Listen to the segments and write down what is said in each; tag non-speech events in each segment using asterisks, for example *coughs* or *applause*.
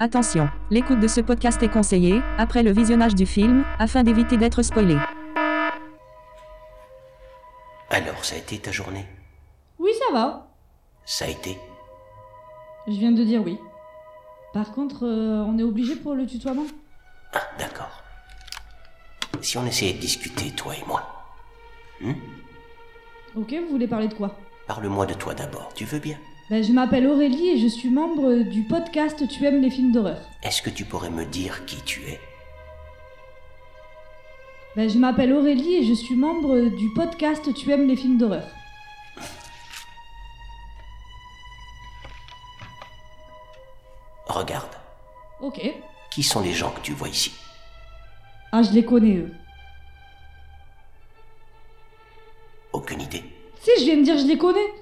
Attention, l'écoute de ce podcast est conseillée, après le visionnage du film, afin d'éviter d'être spoilé. Alors, ça a été ta journée Oui, ça va. Ça a été Je viens de dire oui. Par contre, euh, on est obligé pour le tutoiement Ah, d'accord. Si on essayait de discuter, toi et moi Ok, vous voulez parler de quoi Parle-moi de toi d'abord, tu veux bien ben, Je m'appelle Aurélie et je suis membre du podcast Tu aimes les films d'horreur. Est-ce que tu pourrais me dire qui tu es Ben, je m'appelle Aurélie et je suis membre du podcast Tu aimes les films d'horreur. Regarde, Ok. qui sont les gens que tu vois ici Ah, je les connais, eux. Aucune idée. Si, je viens de dire je les connais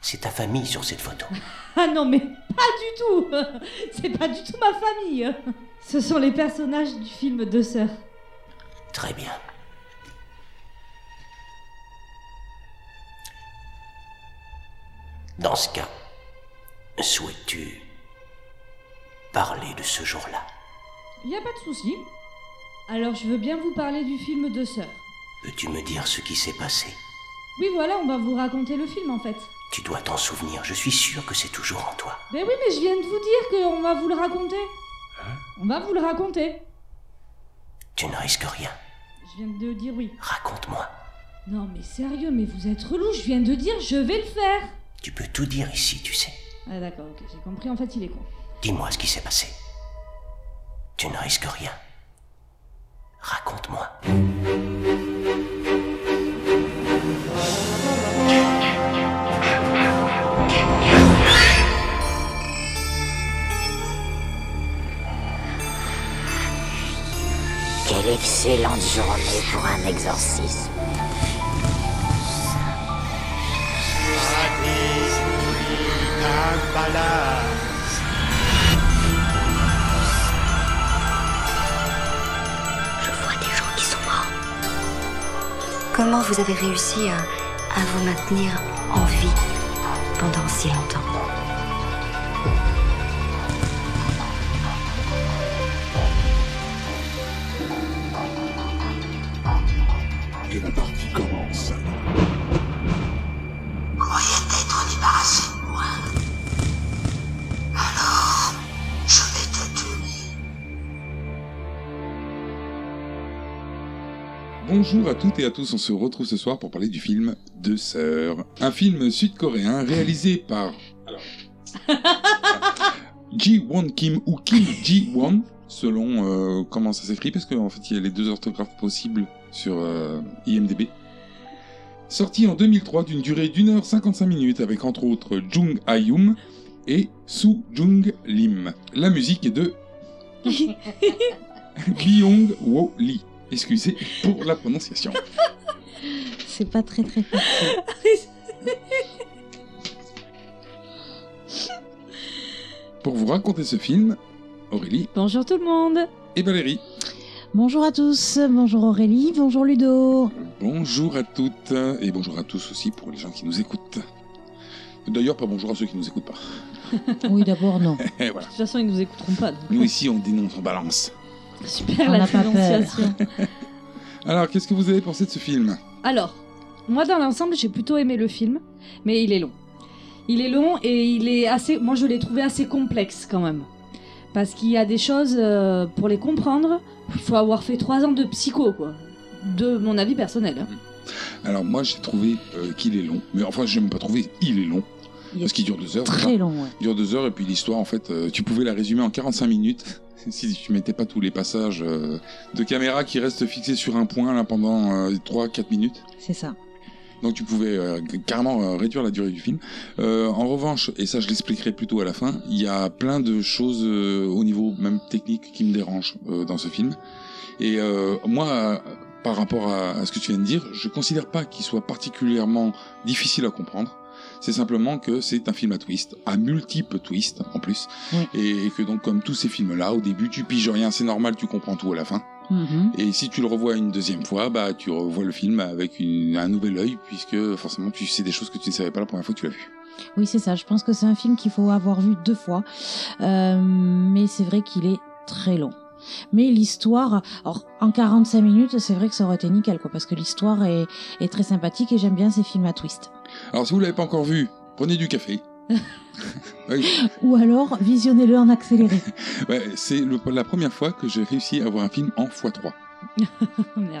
C'est ta famille sur cette photo. Ah non, mais pas du tout *laughs* C'est pas du tout ma famille *laughs* Ce sont les personnages du film Deux Sœurs. Très bien. Dans ce cas, souhaites-tu parler de ce jour-là Y a pas de souci. Alors, je veux bien vous parler du film Deux Sœurs. Peux-tu me dire ce qui s'est passé Oui, voilà, on va vous raconter le film en fait. Tu dois t'en souvenir, je suis sûr que c'est toujours en toi. Ben oui, mais je viens de vous dire qu'on va vous le raconter. On va vous le raconter. Tu ne risques rien. Je viens de dire oui. Raconte-moi. Non, mais sérieux, mais vous êtes relou, je viens de dire je vais le faire. Tu peux tout dire ici, tu sais. Ah d'accord, ok, j'ai compris, en fait il est *laughs* con. Dis-moi ce qui s'est passé. Tu ne risques rien. Raconte-moi. Quelle excellente journée pour un exorcisme. Je vois des gens qui sont morts. Comment vous avez réussi à, à vous maintenir en vie pendant si longtemps Et la partie commence. Croyez t'être débarrassé de moi. Alors, je vais te tuer. Bonjour à toutes et à tous, on se retrouve ce soir pour parler du film Deux Sœurs, un film sud-coréen réalisé par alors, Ji Won Kim ou Kim Ji Won, selon euh, comment ça s'écrit, parce qu'en fait il y a les deux orthographes possibles sur euh, IMDb. Sorti en 2003 d'une durée d'une heure 55 minutes avec entre autres Jung Ha-youm et Soo Jung Lim. La musique est de Byung Wo Lee. Excusez pour la prononciation. C'est pas très très fort. Pour vous raconter ce film, Aurélie Bonjour tout le monde et Valérie. Bonjour à tous, bonjour Aurélie, bonjour Ludo Bonjour à toutes et bonjour à tous aussi pour les gens qui nous écoutent. D'ailleurs, pas bonjour à ceux qui nous écoutent pas. *laughs* Oui d'abord non, Et voilà. toute façon, ils nous écouteront pas. donc. *laughs* Nous ici, on dénonce, on balance. Super On la n'a pas peur. prononciation. Alors, qu'est-ce que vous avez pensé de ce film Alors, moi dans l'ensemble, j'ai plutôt aimé le film, mais il est long. Il est long et il est assez. Moi, je l'ai trouvé assez complexe quand même. Parce qu'il y a des choses, euh, pour les comprendre, il faut avoir fait trois ans de psycho, quoi. De mon avis personnel. hein. *laughs* Alors, moi, j'ai trouvé euh, qu'il est long. Mais enfin, je n'ai même pas trouvé, il est long. Il est Parce qu'il dure deux heures. très long ouais. Il dure deux heures et puis l'histoire, en fait, euh, tu pouvais la résumer en 45 minutes *laughs* si tu mettais pas tous les passages euh, de caméra qui restent fixés sur un point là pendant 3-4 minutes. c'est ça. Donc tu pouvais euh, carrément euh, réduire la durée du film. Euh, en revanche, et ça je l'expliquerai plutôt à la fin, il y a plein de choses euh, au niveau même technique qui me dérangent euh, dans ce film. Et euh, moi, euh, par rapport à, à ce que tu viens de dire, je considère pas qu'il soit particulièrement difficile à comprendre. C'est simplement que c'est un film à twist, à multiples twists en plus, Oui. et, et que donc comme tous ces films-là, au début tu piges rien, c'est normal, tu comprends tout à la fin. Mhm. Et si tu le revois une deuxième fois, bah tu revois le film avec une- un nouvel œil, puisque forcément tu sais des choses que tu ne savais pas la première fois que tu l'as vu. Oui, c'est ça. Je pense que c'est un film qu'il faut avoir vu deux fois. Euh, mais c'est vrai qu'il est très long. Mais l'histoire, alors, en 45 minutes, c'est vrai que ça aurait été nickel, quoi, parce que l'histoire est, est très sympathique et j'aime bien ces films à twist. Alors, si vous l'avez pas encore vu, prenez du café. Oui. Ou alors, visionnez-le en accéléré. Ouais, c'est le- la première fois que j'ai réussi à voir un film en x3. Merde.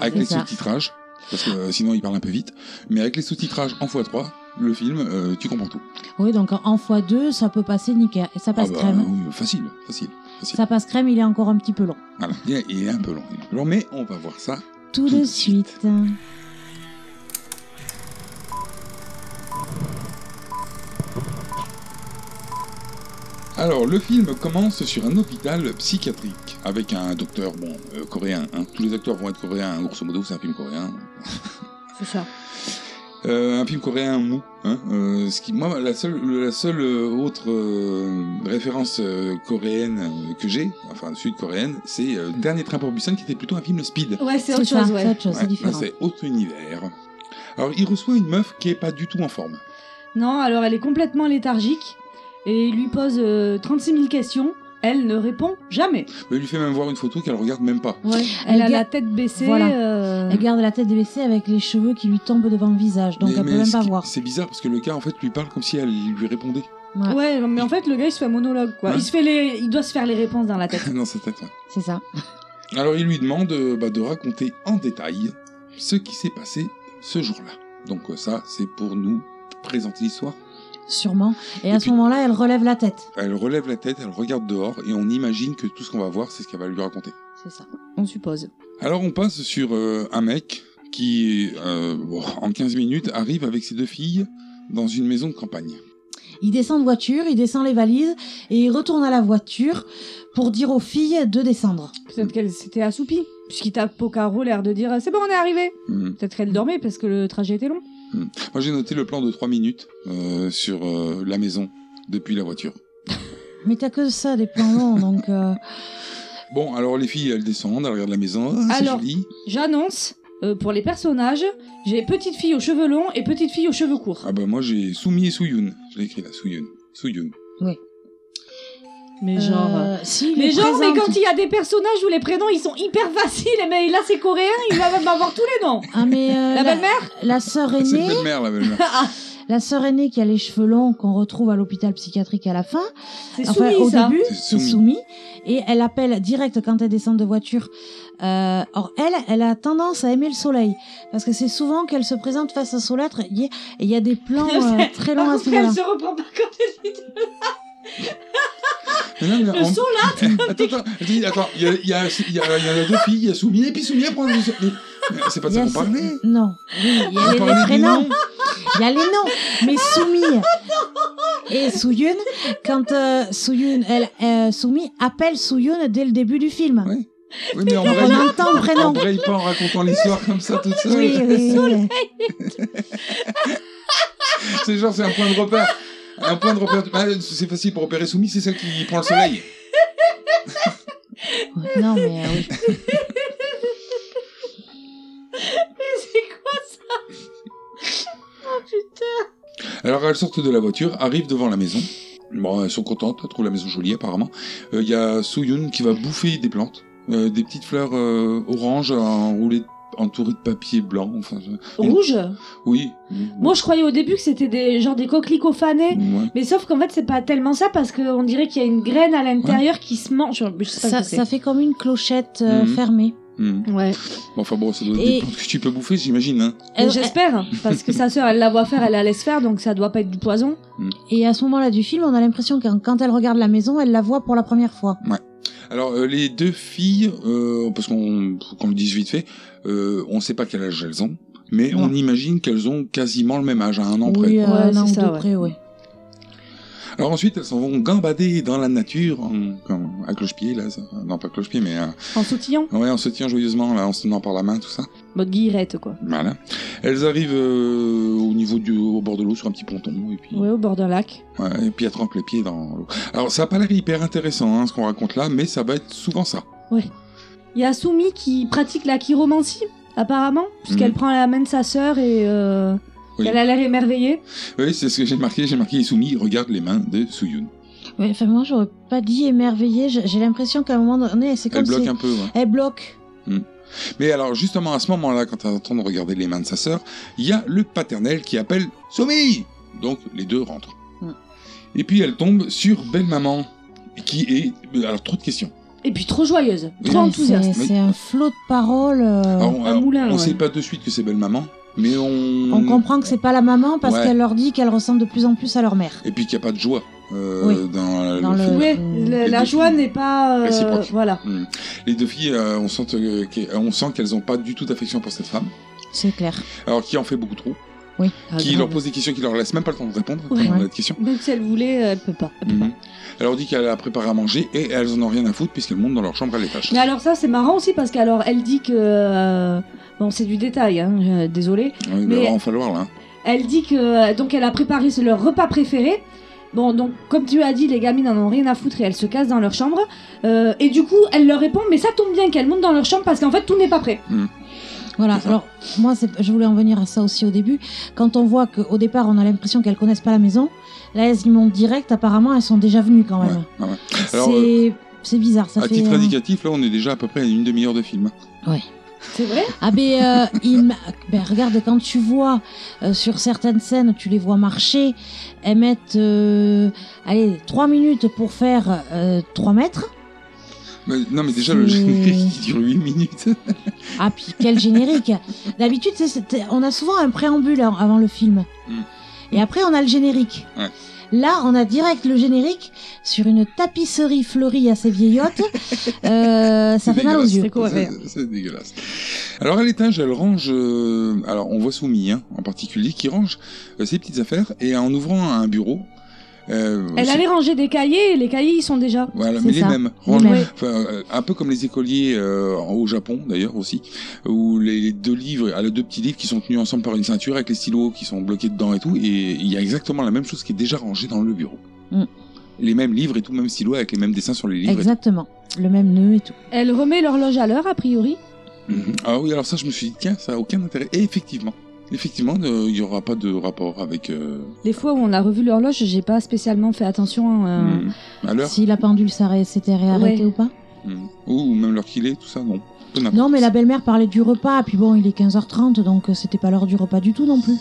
Avec Ah, c'est les ça. sous-titrages, parce que euh, sinon il parle un peu vite. Mais avec les sous-titrages en x3, le film, euh, tu comprends tout. oui, donc en- en x2, ça peut passer nickel. Et ça passe bah, crème. oui, facile, facile. facile. Ça passe crème, il est encore un petit peu long. Voilà. Il, est, il est un peu long, il est un peu long, mais on va voir ça. Tout Tout de de suite. Alors, le film commence sur un hôpital psychiatrique avec un docteur, bon, euh, coréen. hein. Tous les acteurs vont être coréens, hein, grosso modo, c'est un film coréen. C'est ça. Euh, un film coréen mou. Hein, euh, ce qui, moi, la seule, la seule euh, autre euh, référence euh, coréenne euh, que j'ai, enfin sud-coréenne, c'est euh, Dernier train pour Busan, qui était plutôt un film speed. Ouais, c'est autre ça, chose, ouais. Oh, c'est autre chose, Ouais, c'est là, différent. c'est autre univers. Alors, il reçoit une meuf qui est pas du tout en forme. Non, alors elle est complètement léthargique et il lui pose euh, 36 000 questions. Elle ne répond jamais. Il lui fait même voir une photo qu'elle regarde même pas. Ouais. Elle a ga- la tête baissée. Voilà. euh, Elle garde la tête baissée avec les cheveux qui lui tombent devant le visage, donc Mais- elle mais peut même ce pas qui- voir. C'est bizarre parce que le gars, en fait, lui parle comme si elle lui répondait *laughs* Ouais. Ouais, mais en fait, le gars, il se fait un monologue, quoi. Ouais. Il, se fait les... il doit se faire les réponses dans la tête. dans sa tête. ouais. C'est ça. Alors, il lui demande euh, bah, de raconter en détail ce qui s'est passé ce jour-là. Donc, euh, ça, c'est pour nous présenter l'histoire. Sûrement. Et, Et à puis- ce moment-là, elle relève la tête. Elle relève la tête, elle regarde dehors et on imagine que tout ce qu'on va voir, c'est ce qu'elle va lui raconter. C'est ça. On suppose. Alors, on passe sur euh, un mec qui, euh, bon, en 15 minutes, arrive avec ses deux filles dans une maison de campagne. Il descend de voiture, il descend les valises et il retourne à la voiture pour dire aux filles de descendre. Peut-être qu'elle s'était assoupie, puisqu'il tape Pocaro l'air de dire C'est bon, on est arrivé. Hmm. Peut-être qu'elle dormait parce que le trajet était long. Moi, j'ai noté le plan de 3 minutes euh, sur euh, la maison depuis la voiture. Mais t'as que ça, des *laughs* plans longs, donc. euh, Bon, alors les filles, elles descendent, elles regardent la maison, ah, c'est Alors- joli. J'annonce, euh, pour les personnages, j'ai petite fille aux cheveux longs et petite fille aux cheveux courts. Ah bah moi j'ai Soumi et Souyoun. Je l'ai écrit là, Souyoun. Souyoun. Mais genre. euh, si, il Mais les genre, mais présente. quand il y a des personnages où les prénoms ils sont hyper faciles, mais là c'est coréen, il va même avoir tous les noms. Ah, mais. *laughs* euh, La belle-mère la *laughs* sœur C'est aînée. une belle-mère la belle-mère. Ah, La sœur aînée qui a les cheveux longs qu'on retrouve à l'hôpital psychiatrique à la fin. C'est Enfin, soumis au ça. début, C'est c'est soumis. soumis. Et elle appelle direct quand elle descend de voiture. Euh, or, elle, elle a tendance à aimer le soleil. Parce que c'est souvent qu'elle se présente face au soleil. Il y a- et il y a des plans euh, très Par longs à contre, ce elle moment-là. se reprend pas quand elle dit Mais non, mais le Ah en- son là. Attends, attends, je dis, attends, il y a, il y, a, il y, a, il y en a deux filles, il y a Soumi et puis Soumi après on dit- Mais C'est pas de ça qu'on Yes. parlait. Non. Oui, il y On a les, parlait les des prénoms. noms. Il y a les noms. Mais soumis. Et Souyun, quand euh, Souyun, elle, euh, Soumi appelle Souyun dès le début du film. Ouais. Oui, mais en On vrai, entend le en prénom. vrai, pas en racontant l'histoire comme ça toute seule. Oui, oui, oui. C'est genre, c'est un point de repère. Un point de repère. Ah, c'est facile pour repérer Soumi, c'est celle qui prend le soleil. Ouais, Non, mais euh, oui. Mais c'est quoi ça Alors elles sortent de la voiture, arrivent devant la maison. Bon, elles sont contentes, elles trouvent la maison jolie apparemment. Euh, Il y a Sooyun qui va bouffer des plantes, euh, des petites fleurs euh, oranges enroulées, entourées de papier blanc. Enfin, je- Rouge oui. Moi je croyais au début que c'était des genre des coquelicots fanés. Ouais. Mais sauf qu'en fait c'est pas tellement ça parce qu'on dirait qu'il y a une graine à l'intérieur qui se mange. Je sais pas Ça, ce que ça c'est. fait comme une clochette euh, Mhm. fermée. Hmm. Ouais. Bon, enfin bon, ça doit être Et- des plantes que tu peux bouffer, j'imagine. Hein. Elle- J'espère parce que sa sœur elle la voit faire, elle la laisse faire donc ça doit pas être du poison. Et à ce moment-là du film, on a l'impression que quand elle regarde la maison, elle la voit pour la première fois. Alors euh, les deux filles, euh, parce qu'on qu'on le dise vite fait, euh, on ne sait pas quel âge elles ont, mais Non. on imagine qu'elles ont quasiment le même âge, à un an près. oui, euh, Ouais, un c'est an ou ça, deux ouais. près, ouais. Alors ensuite, elles s'en vont gambader dans la nature, en, comme- à cloche-pied, là, ça- non pas cloche-pied, mais euh, En sautillant. ouais, en se tient joyeusement, là, en se tenant par la main, tout ça. Mode guillerette quoi. Voilà. Elles arrivent euh, au niveau du, au bord de l'eau, sur un petit ponton, et puis, Ouais, au bord d'un lac. ouais, et puis elles trempent les pieds dans l'eau. Alors ça a pas l'air hyper intéressant, hein, ce qu'on raconte là, mais ça va être souvent ça. Il y a Soumi qui pratique la chiromancie apparemment puisqu'elle Mhm. prend la main de sa sœur et euh, Oui. Elle a l'air émerveillée. Oui, c'est ce que j'ai marqué. J'ai marqué Isumi il regarde les mains de Suyun. Ouais, enfin, moi, j'aurais pas dit émerveillée. J'ai j'ai l'impression qu'à un moment donné, c'est Elle comme bloque si... un peu. ouais. Elle bloque. Mais alors, justement, à ce moment-là, quand elle est en train de regarder les mains de sa sœur, il y a le paternel qui appelle Soumi Donc, les deux rentrent. Mm. Et puis, elle tombe sur Belle Maman, qui est. euh, Alors, trop de questions. Et puis trop joyeuse, Oui. trop Ouais, enthousiaste. c'est- C'est un flot de paroles. euh, Alors, on un moulin, on ouais. sait pas de suite que c'est Belle Maman, mais Ah, on. On comprend que c'est pas la maman parce Ouais. qu'elle leur dit qu'elle ressemble de plus en plus à leur mère. Et puis, qu'il n'y a pas de joie euh, Oui. dans, Dans le le- film. Oui, Mm. la, Les la deux joie filles. n'est pas. euh, Réciproque. voilà. Les deux filles, euh, on sent euh, qu'elles- on sent qu'elles n'ont pas du tout d'affection pour cette femme, C'est clair. alors qui en fait beaucoup trop, Ah, qui leur pose des questions qui leur laissent même pas le temps de répondre Ah, Ouais. à la question. Même si elle voulait, elle peut pas. Elle peut pas. Mhm. Elle leur dit qu'elle a préparé à manger et elles en ont rien à foutre puisqu'elles montent dans leur chambre à l'étage. Mais alors ça c'est marrant aussi parce qu'alors elle dit que euh, bon c'est du détail hein, euh, désolé. Ouais, il mais- va en falloir là. hein. Elle dit que euh, donc elle a préparé leur repas préféré. Bon donc comme tu as dit les gamines n'en ont rien à foutre et elles se cassent dans leur chambre Euh, et du coup elle leur répond mais ça tombe bien qu'elles montent dans leur chambre parce qu'en fait tout n'est pas prêt. Voilà. C'est ça. Alors, moi, c'est- je voulais en venir à ça aussi au début. Quand on voit qu'au départ, on a l'impression qu'elles connaissent pas la maison, là, elles y montent direct. Apparemment, elles sont déjà venues quand même. Ouais, ouais. Alors, euh, c'est c'est bizarre. à Ça fait. titre euh, indicatif, là on est déjà à peu près à une demi-heure de film. hein. C'est vrai Ah ben, euh, il m'a- ben, regarde quand tu vois euh, sur certaines scènes, tu les vois marcher, elles mettent euh, allez trois minutes pour faire euh, trois mètres. Mais- non mais déjà le C'est- générique qui dure 8 minutes. Ah puis *laughs* quel générique D'habitude, c'est- c'est- on a souvent un préambule av- avant le film, Mm. et après on a le générique. Ouais. Là, on a direct le générique sur une tapisserie fleurie *laughs* assez vieillotte. Euh, ça C'est fait mal aux dégueulasse. yeux. C'est- C'est dégueulasse. Alors à l'étage, elle range. euh, alors on voit Soumi hein, en particulier qui range euh, ses petites affaires et en ouvrant un bureau. euh, Elle c'est- allait ranger des cahiers et les cahiers ils sont déjà. Voilà, C'est mais les ça. mêmes. Les Range- mêmes. Enfin, euh, un peu comme les écoliers euh, au Japon d'ailleurs aussi, où les, les deux livres, elle a deux petits livres qui sont tenus ensemble par une ceinture avec les stylos qui sont bloqués dedans et tout, et il y a exactement la même chose qui est déjà rangée dans le bureau. Mm. Les mêmes livres et tout, même stylo avec les mêmes dessins sur les livres. et Exactement, le même nœud et tout. Elle remet l'horloge à l'heure a priori. Mhm. Ah oui, alors ça, je me suis dit, tiens, ça a aucun intérêt. Et effectivement, effectivement, euh, il y aura pas de rapport avec euh, Les fois où on a revu l'horloge j'ai pas spécialement fait attention. euh, mm, à l'heure Si la pendule s'arrête- s'était réarrêtée Ouais. ou pas Mm. ou ou même l'heure qu'il est, tout ça, non. Peu n'importe. Non, mais la belle-mère parlait du repas, puis bon, il est 15h30, donc euh, c'était pas l'heure du repas du tout non plus.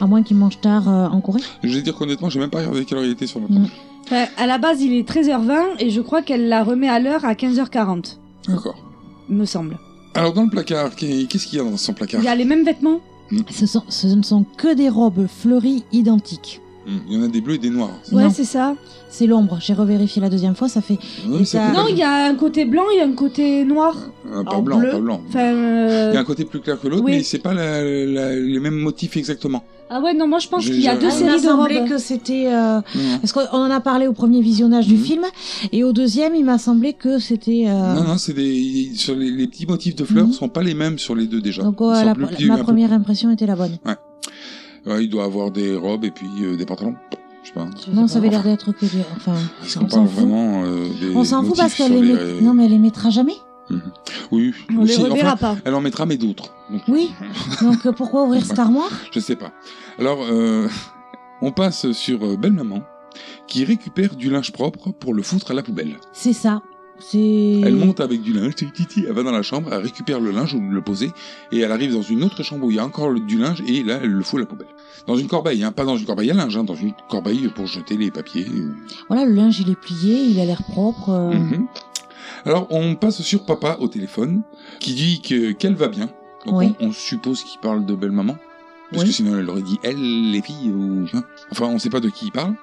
À moins qu'il mange tard euh, en Corée. Je vais dire qu'honnêtement, j'ai même pas regardé quelle heure il était sur la Mm. Enfin, à la base, il est 13h20 et je crois qu'elle la remet à l'heure à 15h40, D'accord. me semble. Alors dans le placard, qu'est- qu'est-ce qu'il y a dans son placard Il y a les mêmes vêtements. Ce, sont- ce ne sont que des robes fleuries identiques. Mm, Il y en a des bleus et des noirs. Ouais, Non. c'est ça. C'est l'ombre, j'ai revérifié la deuxième fois, ça fait. Non, Et c'est ça- pas- Non, il y a un côté blanc, il y a un côté noir. Ah, pas en blanc, bleu. pas blanc. Enfin, Il y a un euh... côté plus clair que l'autre, oui. mais c'est pas la- la- les mêmes motifs exactement. Ah ouais, non, moi je pense J'ai- qu'il y a j'ai- deux Ah, séries de robes. que c'était. euh, Non, Parce qu'on en a parlé au premier visionnage du Mhm. film, et au deuxième, il m'a semblé que c'était. euh, non, non, c'est des sur les, les petits motifs de fleurs Mhm. sont pas les mêmes sur les deux déjà. Donc, Ils euh, sont la- plus la- petits, un ma peu première impression était la bonne. Ouais, il doit avoir des robes et puis euh, des pantalons. Je sais pas. Non, ça avait l'air d'être que. des- Enfin, Est-ce On qu'on s'en parle fout. vraiment euh, des on s'en fout motifs parce qu'elle sur les, les... euh, met- Non, mais elle les mettra jamais. Oui, On aussi, les reverra enfin, pas. elle en mettra mais d'autres. Donc, *laughs* Oui. Donc euh, pourquoi ouvrir cette armoire Je sais pas. Alors, euh, *laughs* on passe sur euh, Belle Maman, qui récupère du linge propre pour le foutre à la poubelle. C'est ça. C'est. Elle monte avec du linge, tic, tic, tic, elle va dans la chambre, elle récupère le linge ou le poser, et elle arrive dans une autre chambre où il y a encore le- du linge, et là, elle le fout à la poubelle. Dans une corbeille, hein, pas dans une corbeille à linge, hein, dans une corbeille pour jeter les papiers. euh. Voilà, le linge il est plié, il a l'air propre. euh, Mhm. Alors, on passe sur papa au téléphone, qui dit que qu'elle va bien. Donc, Oui. on, on suppose qu'il parle de belle-maman. Parce Oui. que sinon, elle aurait dit elle, les filles, ou... hein. Enfin, on sait pas de qui il parle.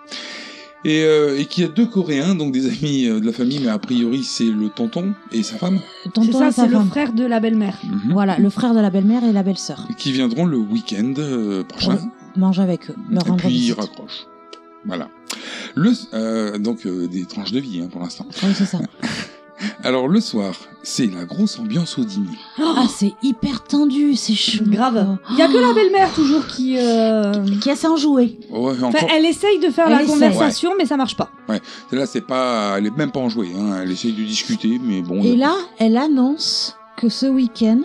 Et, euh, et qu'il y a deux Coréens, donc des amis euh, de la famille, mais a priori, c'est le tonton et sa femme, Tonton C'est ça, et sa c'est le femme. frère de la belle-mère. Mhm. Voilà, le frère de la belle-mère et la belle-sœur. qui viendront le week-end euh, prochain. Mange avec eux, leur et rendre puis, ils visite. raccrochent. Voilà. Le, euh, donc, euh, des tranches de vie, hein, pour l'instant. Oui, c'est ça. Alors, le soir, c'est la grosse ambiance au dîner. Ah, c'est hyper tendu, c'est chaud. Grave. Oh, Il y a que la belle-mère toujours qui. euh, Qui a s'en jouer. Ouais, encore... Enfin, elle essaye de faire Elle la essaye. conversation, mais ça marche pas. Celle-là, c'est pas, elle est même pas enjouée. Hein. Elle essaye de discuter, mais bon. Et elle- là, elle annonce que ce week-end,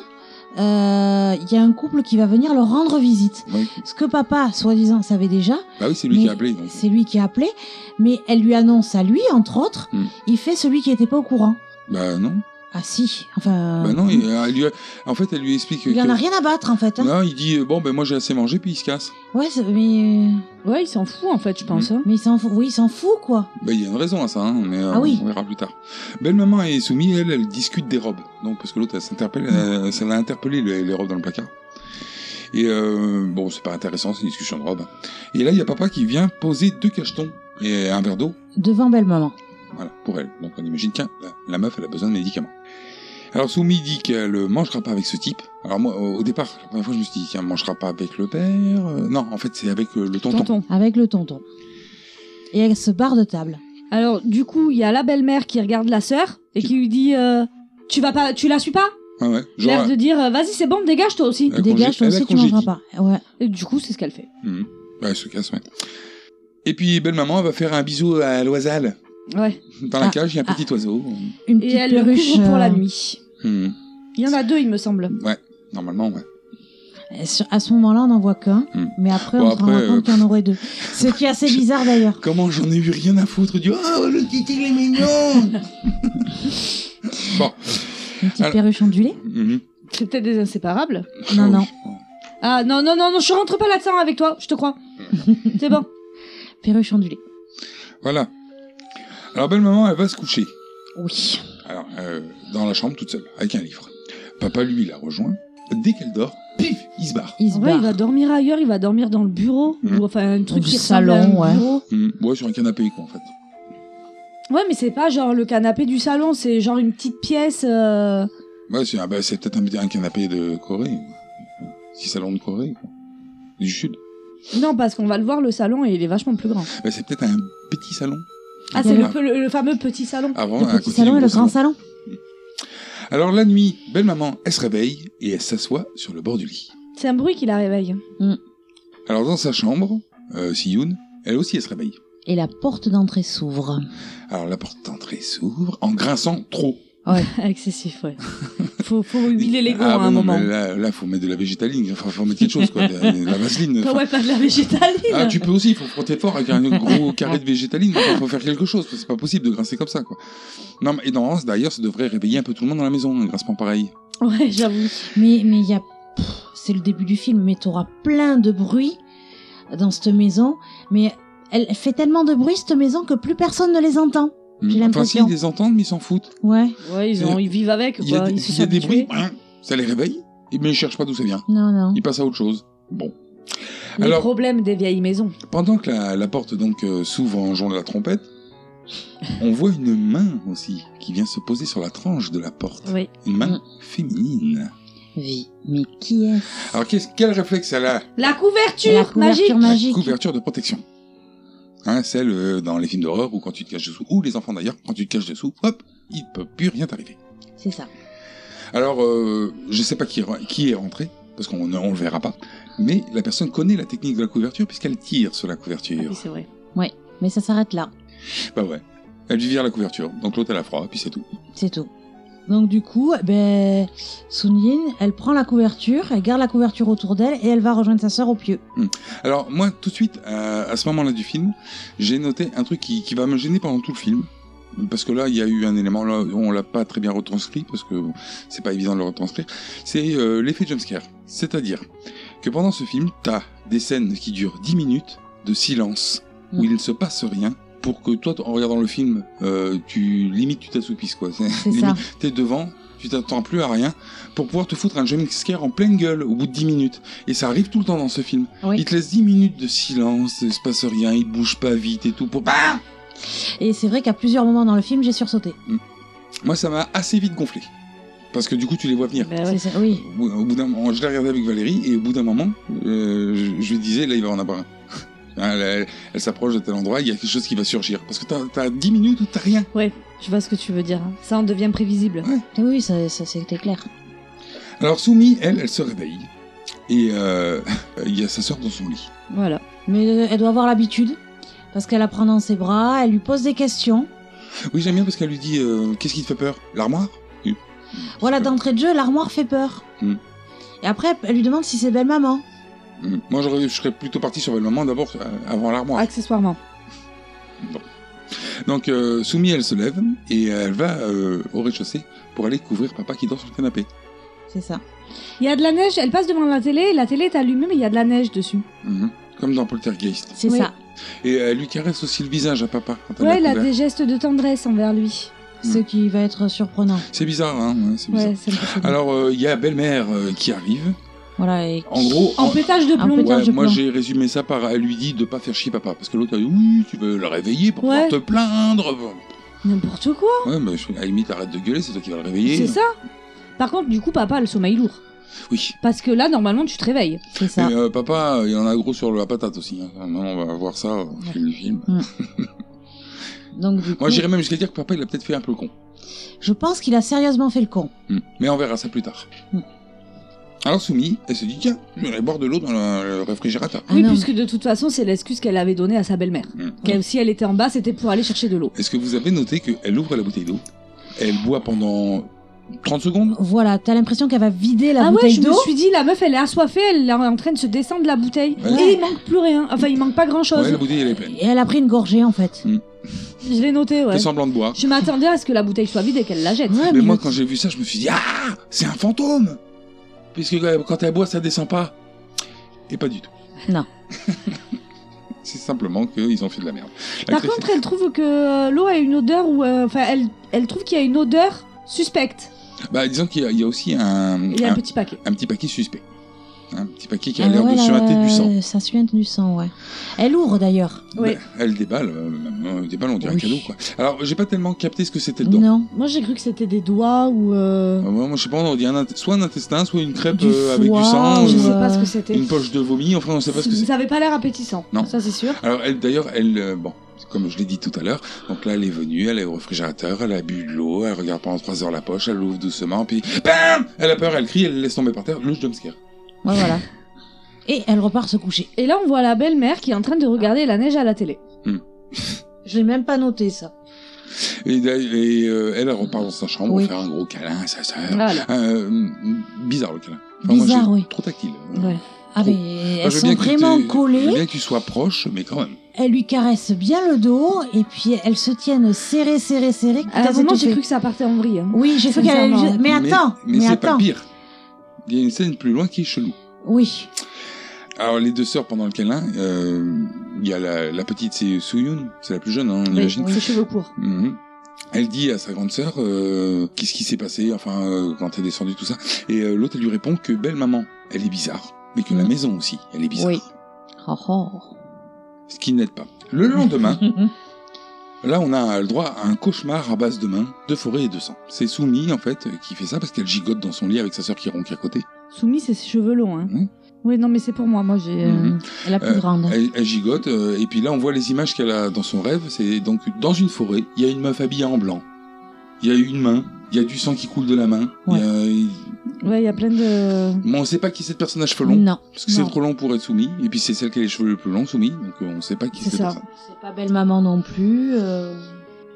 euh, il y a un couple qui va venir leur rendre visite. Oui. Ce que papa, soi-disant, savait déjà, Bah oui, c'est lui Mais qui a appelé. donc. c'est lui qui a appelé, mais elle lui annonce à lui, entre autres, Hmm. il fait celui qui n'était pas au courant. Bah non. Ah si, enfin... euh, Bah non, il, elle lui a- en fait, elle lui explique. Ah. il en que- a rien à battre, en fait. hein. Non, il dit euh, bon ben moi j'ai assez mangé puis il se casse. Ouais, c'est- mais, euh, Ouais, il s'en fout en fait, je pense. Mmh. hein. mais il s'en fout, oui, il s'en fout, quoi. Ben il y a une raison à ça, hein, mais euh, Ah oui. on verra plus tard. Belle maman et Soumi, elle, elle discute des robes, donc parce que l'autre elle s'interpelle, euh, ça l'a interpellé les, les robes dans le placard. Et euh, bon c'est pas intéressant, c'est une discussion de robes. Et là il y a papa qui vient poser deux cachetons et un verre d'eau, Devant belle-maman. voilà pour elle. Donc on imagine tiens la, la meuf elle a besoin de médicaments. Alors Soumi dit qu'elle mangera pas avec ce type. Alors moi au au départ la première fois je me suis dit tiens mangera pas avec le père. Euh, Non en fait c'est avec euh, le tonton. Tonton. Avec le tonton. Et elle se barre de table. Alors, du coup, il y a la belle-mère qui regarde la sœur et qui lui dit euh, Tu vas pas, tu la suis pas Ouais, ouais, genre, L'air de dire euh, Vas-y, c'est bon, dégage toi aussi. Elle Dégage, congé- toi elle a aussi, tu mangeras congédié. pas. Ouais. Et du coup, c'est ce qu'elle fait. Mhm. Bah, elle se casse, ouais. Et puis, belle maman, elle va faire un bisou à l'oisal. Ouais. Dans la Ah, cage, il y a un petit oiseau. Une Et petite elle le perruche, couvre pour euh, la nuit. Mhm. Il y en a deux, il me semble. Normalement, ouais. Sur- À ce moment-là, on n'en voit qu'un, Hmm. mais après, Bon, on se rend après, euh, compte qu'il y en aurait deux. Ce qui *laughs* est assez bizarre d'ailleurs. Comment j'en ai eu rien à foutre du Oh, le petit il est mignon *laughs* Bon. Une petite Alors- perruche ondulée Mhm. C'est peut-être des inséparables. Non, Ah non. oui. Ah non, non, non, non, je rentre pas là-dedans avec toi, je te *laughs* crois. c'est bon. Perruche ondulée. Voilà. Alors, belle maman, elle va se coucher. Oui. Alors, euh, dans la chambre, toute seule, avec un livre. Papa, lui, la rejoint. Dès qu'elle dort, pif, il se barre. Il se En vrai, barre. il va dormir ailleurs, il va dormir dans le bureau. Mm. Ou enfin, un truc Du qui ressemble à salon, un ouais. bureau. Mhm. Ouais, sur un canapé, quoi, en fait. Ouais, mais c'est pas genre le canapé du salon, c'est genre une petite pièce. euh, Ouais, c'est ah bah, c'est peut-être un, un canapé de Corée. Si salon de Corée, quoi. Du Sud. Non, parce qu'on va le voir, le salon, et il est vachement plus grand. Bah, c'est peut-être un petit salon. Ah, c'est Mm. le, le- le fameux petit salon. Avant, Le à petit côté salon du et le gros grand salon. salon. Alors la nuit, belle maman, elle se réveille et elle s'assoit sur le bord du lit. C'est un bruit qui la réveille. *laughs* Alors dans sa chambre, euh, Siyoun, elle aussi, elle se réveille. Et la porte d'entrée s'ouvre. Alors la porte d'entrée s'ouvre en grinçant trop. Excessif, *laughs* ouais. Faut, faut huiler les gants Ah, à hein, bah hein, un non, moment. mais Là, là, faut mettre de la végétaline, enfin, faut mettre quelque chose, quoi, de, de la vaseline. euh, Bah enfin. ouais, pas de la végétaline. Ah, tu peux aussi, faut frotter fort avec un gros carré de végétaline, il faut faire quelque chose, parce que c'est pas possible de grincer comme ça, quoi. Non, mais et dans d'ailleurs, ça devrait réveiller un peu tout le monde dans la maison, un grincement pareil. Ouais, j'avoue. Mais mais il y a, pff, c'est le début du film, mais t'auras plein de bruit dans cette maison. Mais elle fait tellement de bruit cette maison que plus personne ne les entend. J'ai Enfin, si, l'impression. ils les entendent, mais ils s'en foutent. Ouais. Ouais, ils, ont, ils vivent avec, Il y a quoi. des, Ils se il y a sont des habitués. bruits, hein, ça les réveille, mais ils cherchent pas d'où ça vient. Non non. Ils passent à autre chose. Bon. Les Alors- problèmes des vieilles maisons. Pendant que la, la porte donc euh, s'ouvre en jouant de la trompette, on voit une main aussi qui vient se poser sur la tranche de la porte. Oui. Une main Mm. féminine. Oui. Mais qui est-ce Alors qu'est-ce, quel réflexe elle a La couverture, La couverture magique. La magique. couverture de protection. Hein, celle euh, dans les films d'horreur ou quand tu te caches dessous, ou les enfants d'ailleurs, quand tu te caches dessous, hop, il peut plus rien t'arriver. C'est ça. Alors, euh, je sais pas qui, est- qui est rentré, parce qu'on ne on le verra pas, mais la personne connaît la technique de la couverture puisqu'elle tire sur la Ah oui, couverture. c'est vrai. Mais ça s'arrête là. bah ouais. Elle lui vire la couverture, donc l'autre elle a froid, puis c'est tout. C'est tout. Donc du coup, ben, Sun Yin, elle prend la couverture, elle garde la couverture autour d'elle et elle va rejoindre sa sœur au pieu. Alors moi, tout de suite, à, à ce moment-là du film, j'ai noté un truc qui, qui va me gêner pendant tout le film. Parce que là, il y a eu un élément, là, on l'a pas très bien retranscrit, parce que c'est pas évident de le retranscrire. C'est euh, l'effet jumpscare. C'est-à-dire que pendant ce film, t'as des scènes qui durent 10 minutes de silence, où Mm. il ne se passe rien, pour que toi, t- en regardant le film, euh, tu limite, tu t'assoupisses, quoi. *laughs* C'est ça. T'es devant, tu t'attends plus à rien, pour pouvoir te foutre un jumpscare en pleine gueule au bout de 10 minutes. Et ça arrive tout le temps dans ce film. Oui. Il te laisse 10 minutes de silence, il se passe rien, il bouge pas vite et tout pour. Bah Et c'est vrai qu'à plusieurs moments dans le film, j'ai sursauté. Moi, ça m'a assez vite gonflé. Parce que du coup, tu les vois venir. Bah ouais. C'est ça, oui. Au bout- Au bout d'un moment, je l'ai regardé avec Valérie et au bout d'un moment, euh, je, je lui disais, là, il va en avoir un. *laughs* Hein, Elle, elle- elle s'approche de tel endroit, il y a quelque chose qui va surgir. Parce que t'as, t'as 10 minutes où t'as rien. ouais, je vois ce que tu veux dire. hein. Ça en devient prévisible. Et oui, ça, ça c'était clair. Alors, Soumi, elle, elle se réveille. Et euh, *laughs* il y a sa soeur dans son lit. Voilà. Mais euh, elle doit avoir l'habitude parce qu'elle la prend dans ses bras, elle lui pose des questions. Oui, j'aime bien parce qu'elle lui dit, euh, qu'est-ce qui te fait peur L'armoire Voilà, d'entrée de jeu, l'armoire fait peur. Hmm. Et après, elle lui demande si c'est belle maman. Mm. Moi, j'aurais- je serais plutôt parti sur le moment d'abord, euh, avant l'armoire. Accessoirement. Ah. Donc, euh, Soumi, elle se lève et elle va euh, au rez-de-chaussée pour aller couvrir papa qui dort sur le canapé. C'est ça. Il y a de la neige, elle passe devant la télé, la télé est allumée, mais il y a de la neige dessus. Mhm. Comme dans Poltergeist. C'est Oui. ça. Et elle lui caresse aussi le visage à papa quand elle Ouais, il l'a a couvert. des gestes de tendresse envers lui. Hmm. Ce qui va être surprenant. C'est bizarre, hein ouais, c'est bizarre. Ouais, c'est impressionnant. Alors, euh, il y a belle-mère euh, qui arrive. Voilà. Et... En gros, En en- pétage de Un plomb. pétage Ouais, de moi plomb. j'ai résumé ça par elle lui dit de pas faire chier papa parce que l'autre a dit oui tu veux le réveiller pour Ouais. pouvoir te plaindre N'importe quoi, ouais mais je- à la limite arrête de gueuler c'est toi qui vas le réveiller c'est ça Par contre, du coup, papa a le sommeil lourd. oui Parce que là, normalement, tu te réveilles. C'est ça. mais euh, papa il en a gros sur la patate aussi hein. Maintenant, on va voir ça au fil du film Donc, du moi coup, j'irais même jusqu'à dire que papa il a peut-être fait un peu le con je pense qu'il a sérieusement fait le con. Hmm. mais on verra ça plus tard Hmm. alors Soumi elle se dit tiens je vais aller boire de l'eau dans le le réfrigérateur Ah oui, non. puisque de toute façon, c'est l'excuse qu'elle avait donnée à sa belle-mère. Hmm. Qu'elle- Si elle était en bas, c'était pour aller chercher de l'eau. est-ce que vous avez noté qu'elle ouvre la bouteille d'eau elle boit pendant 30 secondes Voilà, t'as l'impression qu'elle va vider la ah ouais, bouteille je me d'eau. suis dit, la meuf, elle est assoiffée, elle est en train de se descendre la bouteille. Ouais. Et il manque plus rien. Enfin, il manque pas grand-chose. ouais la bouteille elle est pleine Et elle a pris une gorgée en fait. Je l'ai noté, ouais. fait semblant de boire Je m'attendais à ce que la bouteille soit vide et qu'elle la jette. Ouais, Mais Ah, mais moi, le- quand j'ai vu ça, je me suis dit Ah C'est un fantôme Puisque quand- quand elle boit, ça descend pas. Et pas du tout. Non. *laughs* C'est simplement qu'ils ont fait de la merde. Par L'actrice- contre, elle trouve que euh, l'eau a une odeur ou euh, enfin elle, elle trouve qu'il y a une odeur suspecte. bah, disons qu'il y, a- il y a aussi un, Il y a un, un- petit paquet. un petit paquet suspect. Un petit paquet qui Ah a l'air ouais, de là, suinter du sang. euh, Ça suinte du sang, ouais. Elle ouvre d'ailleurs. Oui. Bah, elle déballe, euh, euh, déballe, on dirait Oui. un cadeau, quoi. Alors, j'ai pas tellement capté ce que c'était dedans. Non. Moi j'ai cru que c'était des doigts ou. euh, Euh, moi, je sais pas, on dirait un int- soit un intestin, soit une crêpe Du euh, avec du foie, sang, ou, Je euh, sais euh, pas ce que c'était. une poche de vomi, enfin, on sait pas ce que c'est. Ça avait pas l'air appétissant. Non. Ça c'est sûr. Alors elle, d'ailleurs, elle, euh, bon, comme je l'ai dit tout à l'heure, donc là elle est venue, elle est au réfrigérateur, elle a bu de l'eau, elle regarde pendant trois heures la poche, elle l'ouvre doucement, puis bam, elle a peur, elle crie, elle le laisse tomber par terre, le jumpscare. Ouais, voilà. Et elle repart se coucher. Et là on voit la belle-mère qui est en train de regarder la neige à la télé. Je l'ai même pas noté ça. Et, d'a- et euh, elle, elle repart dans sa chambre Oui. pour faire un gros câlin à sa sœur. Voilà. Euh, mm, bizarre le câlin. Bizarre, j'ai- oui. Trop tactile. Ouais. Ah, Trop. mais Moi, elles je veux sont bien que tu vraiment t'aies- Je veux collées. bien que tu sois proche, mais quand même. Elles lui caressent bien le dos. Et puis elles se tiennent serrées, serrées, Ah, serrées. quitte À un à moment j'ai s'étouffer. cru que ça partait en vrille. hein. Oui, j'ai cru qu'elle allait lui Sincèrement. Mais attends, mais, mais, c'est pas attends. pire. Il y a une scène plus loin qui est chelou. Oui. Alors les deux sœurs pendant le câlin, euh, il y a la, la petite, c'est Sooyoon, c'est la plus jeune, hein, on imagine. Ses cheveux courts. Mhm. Elle dit à sa grande sœur euh, qu'est-ce qui s'est passé, enfin euh, quand elle est descendue tout ça, et euh, l'autre elle lui répond que belle maman, elle est bizarre, mais que la Mhm. maison aussi, elle est bizarre, Oui. Oh, oh. ce qui n'aide pas. Le lendemain, *laughs* là on a le droit à un cauchemar à base de mains, de forêt et de sang. C'est Soumi en fait qui fait ça parce qu'elle gigote dans son lit avec sa sœur qui ronque à côté. Soumis c'est ses cheveux longs. Hein. Mhm. Oui non mais c'est pour moi. Moi j'ai. euh, Mhm. La plus Euh, grande. Elle, elle gigote euh, et puis là on voit les images qu'elle a dans son rêve. C'est donc dans une forêt, il y a une meuf habillée en blanc, il y a une main, il y a du sang qui coule de la main. il y a- euh, Ouais il y a plein de. Bon, on sait pas qui c'est le personnage cheveux longs, Non. parce que c'est Non. trop long pour être soumis, et puis c'est celle qui a les cheveux le plus longs soumis, donc euh, on sait pas qui C'est c'est. ça. le personnage. C'est pas belle maman non plus. euh,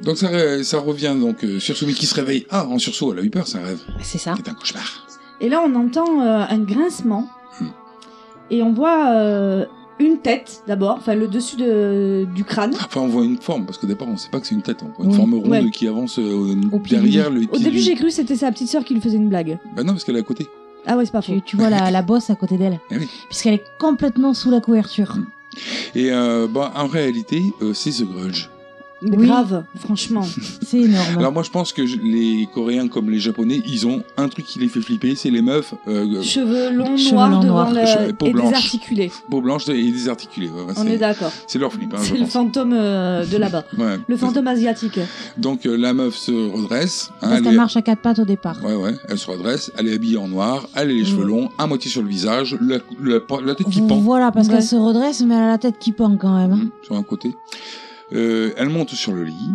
Donc ça, re- ça revient donc euh, sur soumis qui se réveille. Ah, en sursaut, elle a eu peur, c'est un Bah, rêve, C'est ça. c'est un cauchemar. Et là, on entend euh, un grincement. Mhm. Et on voit euh, une tête d'abord, enfin le dessus de, du crâne. Enfin, on voit une forme, parce qu'au départ on sait pas que c'est une tête, on voit une Oui. forme ronde Ouais. qui avance euh, Au pied derrière le Au pied début, du- j'ai cru que c'était sa petite sœur qui lui faisait une blague. Bah non, parce qu'elle est à côté. Ah ouais, c'est pas faux. Tu, tu vois la, la bosse à côté d'elle. Oh. Eh oui. Puisqu'elle est complètement sous la couverture. Mm. Et euh, bah, en réalité, euh, c'est The Grudge. Mais Oui. Grave, franchement. C'est énorme. Alors moi je pense que je- les Coréens comme les Japonais, ils ont un truc qui les fait flipper, c'est les meufs euh, Cheveux longs, Cheveux noirs, longs, devant noirs. le- Cheveux- peau et blanche. désarticulés. peau blanche et désarticulés. Ouais, ouais, On est c'est- d'accord. c'est leur flip. Hein, je C'est le pense. fantôme euh, de là-bas. Ouais. Le fantôme asiatique. Donc euh, la meuf se redresse. hein, Parce elle qu'elle est- marche à quatre pattes au départ. Ouais, ouais, elle se redresse, elle est habillée en noir, elle a Mm. les cheveux longs, à moitié sur le visage, la, la- la tête qui pend Voilà, parce Ouais. qu'elle se redresse, mais elle a la tête qui pend quand même. hein. hein, sur un côté. Euh, elle monte sur le lit.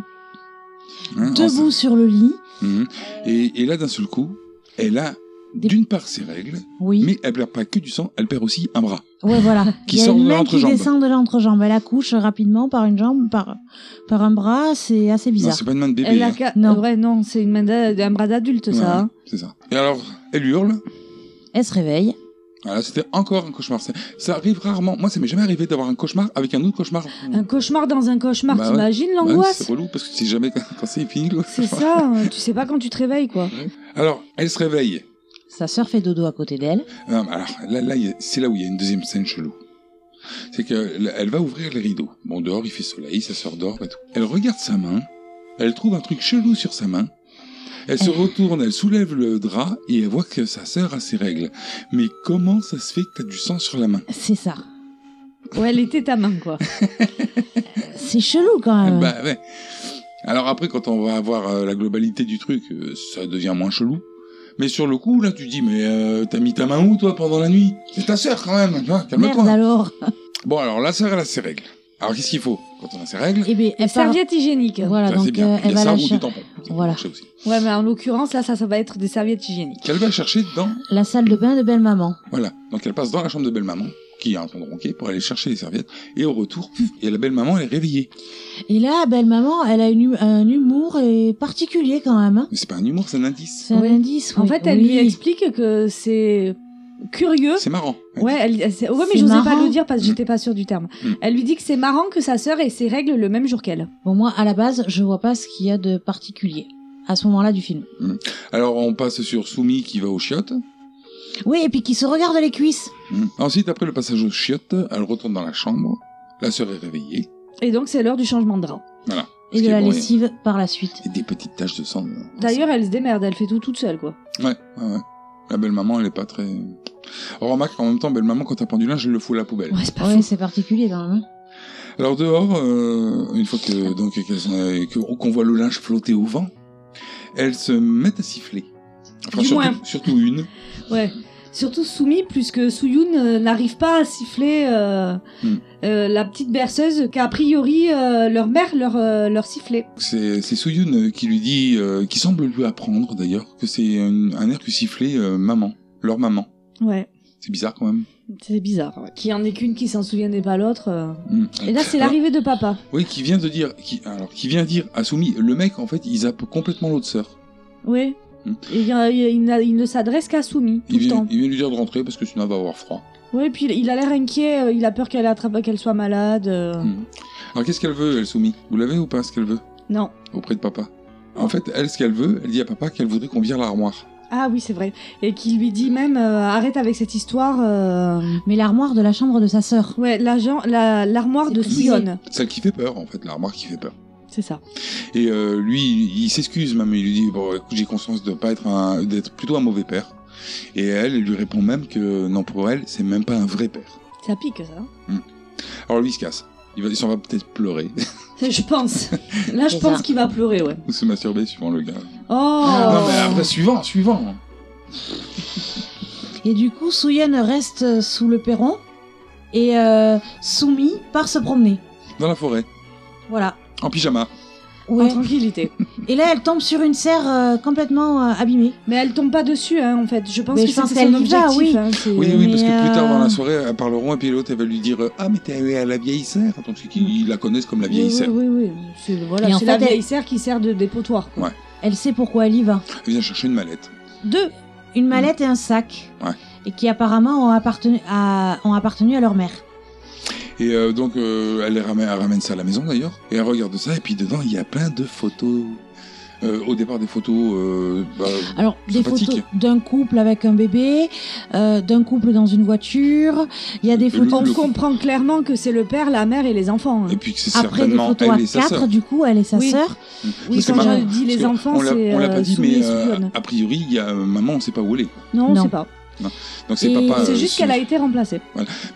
hein, en- Debout sur le lit. Mhm. et, et là, d'un seul coup, elle a Des- d'une part ses règles, Oui. mais elle perd pas que du sang, elle perd aussi un bras. Ouais, voilà. *laughs* Qui Il y a sort une de main l'entrejambe. Qui descend de l'entrejambe. Elle accouche rapidement par une jambe, par, par un bras. C'est assez Non, bizarre. c'est pas une main de bébé. Elle a hein. qu'à- Non. Ouais, non, c'est une main d'a- un bras d'adulte, Ouais, ça. hein. C'est ça. Et alors, elle hurle, elle se réveille. Voilà, c'était encore un cauchemar. C'est- Ça arrive rarement. Moi, ça m'est jamais arrivé d'avoir un cauchemar avec un autre cauchemar. Un cauchemar dans un cauchemar, Bah ouais. t'imagines Bah, l'angoisse c'est relou parce que si jamais quand c'est fini le C'est cauchemar. ça, hein, tu sais pas quand tu te réveilles quoi. *laughs* Alors, elle se réveille. Sa sœur fait dodo à côté d'elle. Non, mais alors là, là, il y a- c'est là où il y a une deuxième scène chelou. C'est qu'elle elle va ouvrir les rideaux. Bon, dehors, il fait soleil, sa sœur dort et tout. Elle regarde sa main, elle trouve un truc chelou sur sa main. Elle se retourne, elle soulève le drap et elle voit que sa sœur a ses règles. Mais comment ça se fait que t'as du sang sur la main C'est ça. Ouais, elle était ta main quoi. C'est chelou quand même. Bah ouais. Alors après, quand on va avoir euh, la globalité du truc, euh, ça devient moins chelou. Mais sur le coup, là, tu dis, mais euh, t'as mis ta main où, toi, pendant la nuit C'est ta sœur, quand même. hein, Merde Calme-toi. alors. Bon, alors, la sœur, elle a ses règles. Alors, qu'est-ce qu'il faut quand on a ses règles Et bien, Eh ben, elle part- Serviette hygiénique. Voilà, Ça, donc c'est bien. euh, Il elle y a va ça la ou cher- des tampons. Ça peut Voilà. marcher aussi. Ouais, mais en l'occurrence là, ça, ça va être des serviettes hygiéniques. Qu'elle va chercher dans... la salle de bain de belle maman. Voilà. Donc, elle passe dans la chambre de belle-maman, qui est en train de ronquer, pour aller chercher les serviettes. Et au retour, puf, et la belle-maman, elle est réveillée. Et là, belle maman, elle a une hum- un humour et particulier quand même. hein. Mais c'est pas un humour, c'est un indice. C'est un Oui. indice. En oui. fait, elle Oui. lui explique que c'est Hein curieux. C'est marrant. Ouais, elle, elle- c'est- ouais mais C'est j'osais pas marrant. le dire parce que Mm. j'étais pas sûre du terme. Mm. Elle lui dit que c'est marrant que sa sœur ait ses règles le même jour qu'elle. Bon, moi, à la base, je vois pas ce qu'il y a de particulier à ce moment-là du film. Alors, on passe sur Soumi qui va aux chiottes. Oui, et puis qui se regarde les cuisses. Mm. Ensuite, après le passage aux chiottes, elle retourne dans la chambre. La sœur est réveillée. Et donc c'est l'heure du changement de drap. Voilà. Parce Et de qu'il y a- la bon, il y a- lessive par la suite. il y a des petites taches de sang. euh, D'ailleurs, elle se démerde, elle fait tout toute seule quoi. Ouais, ouais, ouais. La belle-maman, elle est pas très... On remarque en même temps, belle-maman, quand t'as pendu linge, elle le fout à la poubelle. Ouais, c'est pas Ouais, fou. c'est particulier quand même. hein. Alors dehors, euh, une fois que donc qu'elles sont- euh, que- qu'on voit le linge flotter au vent, elles se mettent à siffler. Enfin, Du surtout, moins. surtout une. Ouais. Surtout Soumi, plus que Suyun euh, n'arrive pas à siffler euh, Mm. euh, la petite berceuse qu'a priori euh, leur mère leur, euh, leur sifflait. C'est c'est Soyun euh, qui lui dit, euh, qui semble lui apprendre d'ailleurs, que c'est un, un air que sifflait euh, maman, leur maman. Ouais. C'est bizarre quand même. C'est Ah bizarre. ouais. Qu'il y en ait qu'une qui s'en souvienne et pas l'autre. euh. Hmm. Et là, c'est l'arrivée de papa. Oui, qui vient de dire, qui, alors qui vient dire à Soumi, le mec en fait, il zappe complètement l'autre sœur. Oui. Mm. Et il, y a- il y a- il n'a- il ne s'adresse qu'à Soumi tout Il le vient, temps. il vient lui dire de rentrer parce que sinon elle va avoir froid. Oui, puis il- il a l'air inquiet, euh, il a peur qu'elle attrape, qu'elle soit malade. euh. Hmm. Alors qu'est-ce qu'elle veut, elle Soumi Vous l'avez ou pas ce qu'elle veut Non. auprès de papa. En fait, elle, ce qu'elle veut, elle dit à papa qu'elle voudrait qu'on vire l'armoire. Ah oui, c'est vrai. Et qu'il lui dit même euh, arrête avec cette histoire. euh, Mais l'armoire de la chambre de sa sœur. Ouais, l'argent- la- l'armoire C'est de précisé. Suyonne. Celle qui fait peur, en fait, l'armoire qui fait peur. C'est ça. Et euh, lui, il, il s'excuse même, il lui dit bon, écoute, j'ai conscience de pas être un, d'être plutôt un mauvais père. Et elle, elle lui répond même que non, pour elle, c'est même pas un vrai père. Ça pique, ça. Alors lui, il se casse. Il, va, il s'en va peut-être pleurer *laughs* Je pense. Là, je C'est pense ça. qu'il va pleurer, ouais. ou se masturber suivant le gars. Oh Ah, Non, mais après, suivant, suivant. Et du coup, Souyen reste euh, sous le perron et euh, Soumi part se promener. Dans la forêt, Voilà. en pyjama. En Ouais. tranquillité. Et là, elle tombe sur une serre euh, complètement euh, abîmée. Mais elle tombe pas dessus, hein, en fait. Je pense Mais que je pense c'est son qu'elle y objectif. va, oui. hein, c'est- Oui, oui, parce que mais, plus tard dans la euh, soirée, elles parleront et puis l'autre, elle va lui dire Ah, mais t'es allée à la vieille serre. Donc, c'est qu'ils ils la connaissent comme la vieille oui, serre. Oui, oui, oui. C'est voilà, Et en c'est la fait, elle- vieille serre qui sert de dépotoir. quoi. Elle sait pourquoi elle y va. Elle vient chercher une mallette. Deux. Une mallette et un sac. Ouais. Et qui apparemment ont appartenu à, ont appartenu à leur mère. Et euh, donc, euh, elle, les ramène, elle ramène ça à la maison d'ailleurs. Et elle regarde ça, et puis dedans, il y a plein de photos. Euh, au départ, des photos. euh, bah, Alors, des Sympathique. photos d'un couple avec un bébé, euh, d'un couple dans une voiture. Il y a des Le- photos. On Le- comprend clairement que c'est le père, la mère et les enfants. hein. et puis que c'est Après des certainement photos elle à et sa sœur. quatre, du coup, elle et sa Oui. sœur. Oui, Parce que quand maman- je dis les parce que enfants, on l'a- c'est, on l'a pas euh, dit, Soumi mais et Soubionne. a priori, il y a euh, maman, on sait pas où elle est. Non, on Non. sait pas. Donc c'est Et papa. c'est euh, juste sur- qu'elle a été remplacée.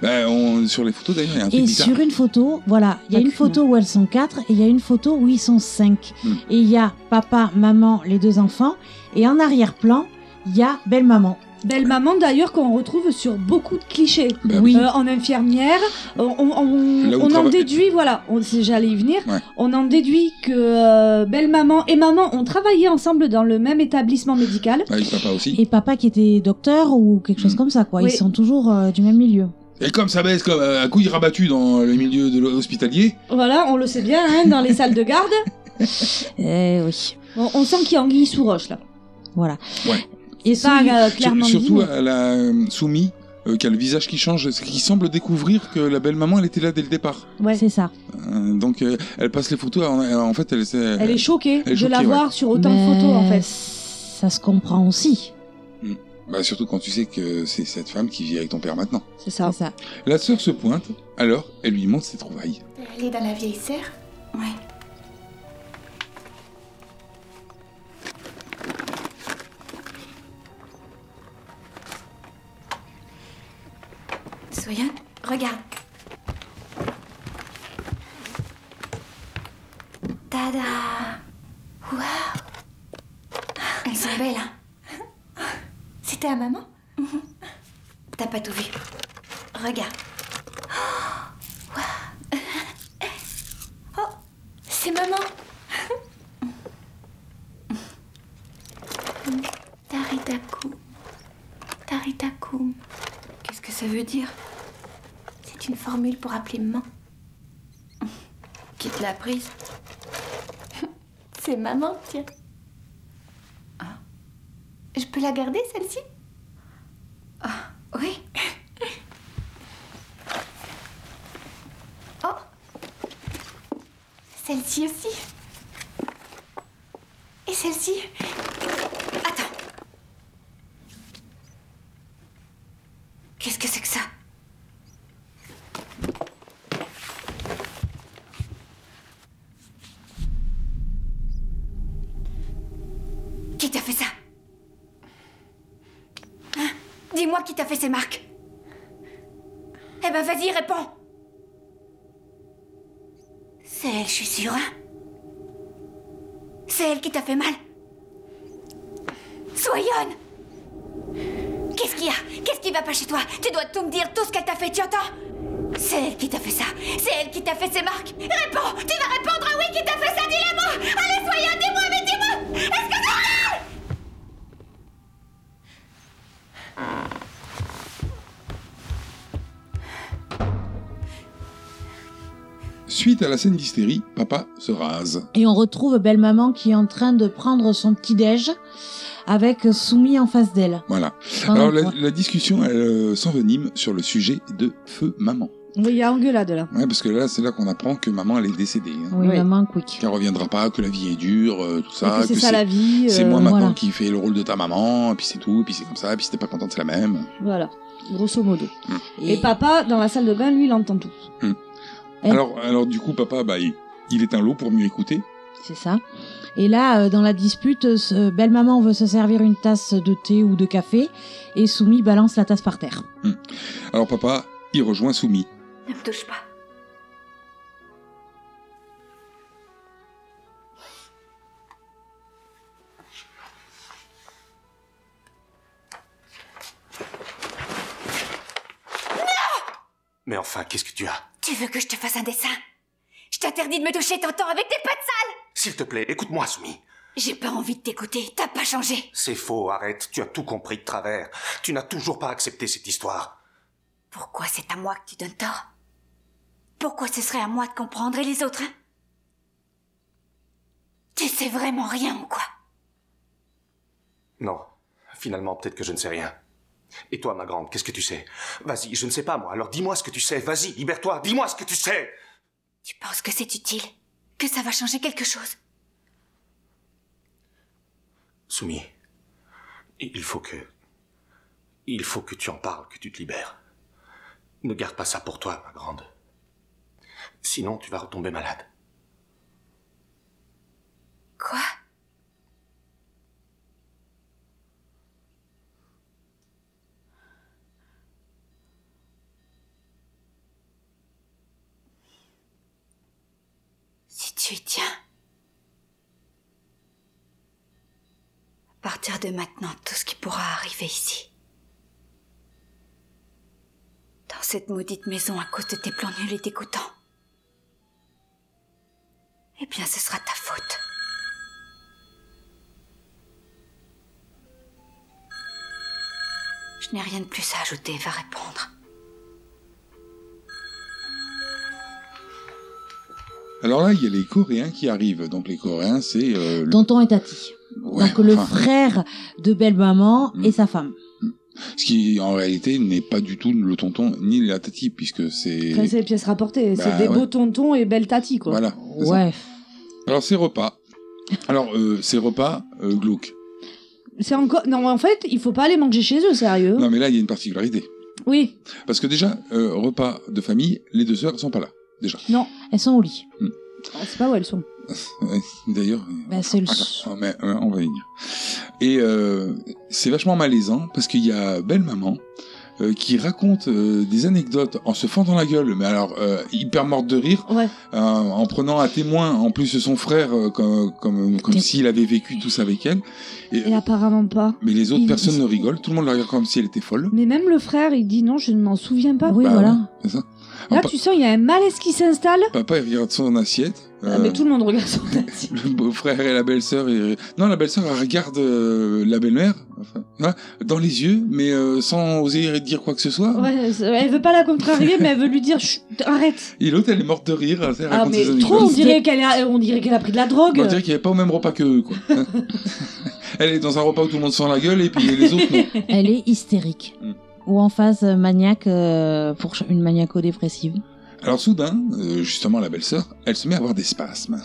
Bah, on- sur les photos d'ailleurs, il y a un truc Et bizarre. sur une photo, voilà, il y a Pas une qu'une. photo où elles sont quatre et il y a une photo où ils sont cinq. Hmm. Et il y a papa, maman, les deux enfants. Et en arrière-plan, il y a belle maman. Belle maman d'ailleurs qu'on retrouve sur beaucoup de clichés. Bah oui. Euh, en infirmière, on, on- on- Là où on en trava- déduit, voilà, on, si j'allais y venir, Ouais. on en déduit que euh, belle maman et maman ont travaillé ensemble dans le même établissement médical. Avec papa aussi. Et papa qui était docteur ou quelque chose Hmm. comme ça, quoi. Oui. Ils sont toujours euh, du même milieu. Et comme ça baisse comme euh, à couilles rabattues dans le milieu de l'hospitalier, Voilà, on le sait bien, hein, dans les salles de *laughs* garde. Eh oui. On, on sent qu'il y a anguille sous roche là. Voilà. Ouais. Et C'est pas Soumi- euh, sur- clairement dit, surtout mais- elle a euh, soumis euh, qui a le visage qui change, ce qui semble découvrir que la belle maman, elle était là dès le départ. Ouais. C'est ça. Euh, donc euh, elle passe les photos, en, euh, en fait elle, euh, s'est- Elle est choquée Elle est de la choquée, voir sur autant Mais de photos en fait. Ça se comprend aussi. Bah, surtout quand tu sais que c'est cette femme qui vit avec ton père maintenant. C'est ça. C'est ça. La sœur se pointe, alors elle lui montre ses trouvailles. Elle est dans la vieille serre Ouais. Soyane, Regarde, tada Waouh Elles sont belles, hein c'était à maman Mm-hmm. T'as pas tout vu. Regarde. Oh, C'est maman Mm-hmm. Taritakum. Taritakum. Qu'est-ce que ça veut dire C'est une formule pour appeler maman. Qui te l'a prise C'est maman, tiens. Ah. Je peux la garder, celle-ci Ah, oui. oh celle-ci aussi. Et celle-ci. Attends. Qu'est-ce que c'est que ça Qui t'a fait ça Hein Dis-moi qui t'a fait ces marques. Eh ben vas-y, réponds. C'est elle, je suis sûre. hein C'est elle qui t'a fait mal. Soyonne Qu'est-ce qu'il y a Qu'est-ce qui va pas chez toi Tu dois tout me dire, tout ce qu'elle t'a fait, tu entends C'est elle qui t'a fait ça. C'est elle qui t'a fait ces marques. Réponds Tu vas répondre à oui qui t'a fait ça, dis-le-moi Allez, Soyonne, dis-moi, mais dis-moi Est-ce que c'est elle Suite à la scène d'hystérie, papa se rase. Et on retrouve belle maman qui est en train de prendre son petit déj avec Soumis en face d'elle. Voilà. Ah, Pendant Alors que- la, la discussion, elle euh, s'envenime sur le sujet de feu maman. Oui, il y a engueulade là. Ouais, parce que là, c'est là qu'on apprend que maman, elle est décédée. hein. Oui, Oui. maman quick. Qu'elle reviendra pas, que la vie est dure, euh, tout ça. Et que c'est ça la vie. c'est euh, moi maintenant voilà. qui fais le rôle de ta maman, et puis c'est tout, et puis c'est comme ça, et puis si t'es pas contente, c'est la même. Voilà, grosso modo. Et... papa, dans la salle de bain, lui, il entend tout. Elle- Alors, alors du coup, papa, bah, il, il est un lot pour mieux écouter. C'est ça. Et là, euh, dans la dispute, euh, ce- belle maman veut se servir une tasse de thé ou de café et Soumis balance la tasse par terre. Alors papa, il rejoint Soumis. Ne me touche pas. Mais enfin, qu'est-ce que tu as Tu veux que je te fasse un dessin Je t'interdis de me toucher, t'entends, avec tes pattes sales S'il te plaît, écoute-moi, Soumis. J'ai pas envie de t'écouter, t'as pas changé. C'est faux, arrête, tu as tout compris de travers. Tu n'as toujours pas accepté cette histoire. Pourquoi c'est à moi que tu donnes tort Pourquoi ce serait à moi de comprendre et les autres, hein Tu sais vraiment rien ou quoi Non, finalement, peut-être que je ne sais rien. Et toi, ma grande, qu'est-ce que tu sais Vas-y, je ne sais pas, moi, alors dis-moi ce que tu sais, vas-y, libère-toi, dis-moi ce que tu sais Tu penses que c'est utile Que ça va changer quelque chose Soumis, il faut que. Il faut que tu en parles, que tu te libères. Ne garde pas ça pour toi, ma grande. Sinon, tu vas retomber malade. Quoi Si tu y tiens, à partir de maintenant, tout ce qui pourra arriver ici, dans cette maudite maison à cause de tes plans nuls et dégoûtants, eh bien ce sera ta faute. Je n'ai rien de plus à ajouter, va répondre. Alors là, il y a les Coréens qui arrivent. Donc les Coréens, c'est... euh, le- Tonton et Tati. Ouais, Donc le enfin, frère de belle maman Mm. et sa femme. Ce qui, en réalité, n'est pas du tout le tonton ni la tati, puisque c'est... Enfin, c'est les pièces rapportées. Bah, c'est des ouais. beaux tontons et belles tatis, quoi. Voilà. c'est ça. Ouais. Alors, ces repas. Alors, euh, ces repas euh, glauques. C'est encore. Non, en fait, il faut pas aller manger chez eux, sérieux. Non, mais là, il y a une particularité. Oui, Parce que déjà, euh, repas de famille, les deux sœurs sont pas là. Elles sont au lit. Ah, c'est pas où elles sont. D'ailleurs, Bah, c'est le. Attends, mais, euh, on va y venir. Et euh, c'est vachement malaisant parce qu'il y a belle maman euh, qui raconte euh, des anecdotes en se fendant la gueule, mais alors euh, hyper morte de rire, Ouais. euh, en prenant à témoin en plus son frère euh, comme comme comme T'es- s'il avait vécu tout ça avec elle. Et, Et apparemment pas. mais les autres il- personnes il- ne rigolent, tout le monde la regarde comme si elle était folle. Mais même le frère, il dit non, je ne m'en souviens pas. Oui, Bah, ouais, *laughs* voilà. c'est ça. Là, Ah, pa- tu sens, il y a un malaise qui s'installe. Papa il regarde son assiette. Ah, euh, Mais tout le monde regarde son assiette. *laughs* le beau-frère et la belle-sœur. ils- Non, la belle-sœur elle regarde euh, la belle-mère enfin, hein, dans les yeux, mais euh, sans oser dire quoi que ce soit. Ouais, c'est- elle veut pas la contrarier, mais elle veut lui dire Chut, arrête. Et l'autre, elle est morte de rire. Elle Ah, raconte mais ses trop, on anecdotes. Bah, dirait qu'elle a, on dirait qu'elle a pris de la drogue. On dirait qu'il n'y avait pas au même repas que *laughs* eux, quoi. elle est dans un repas où tout le monde sent la gueule et puis les autres, non. *laughs* Elle est hystérique. Mm. Ou en phase euh, maniaque euh, pour ch- une maniaco-dépressive. Alors soudain, euh, justement, la belle-sœur, elle se met à avoir des spasmes.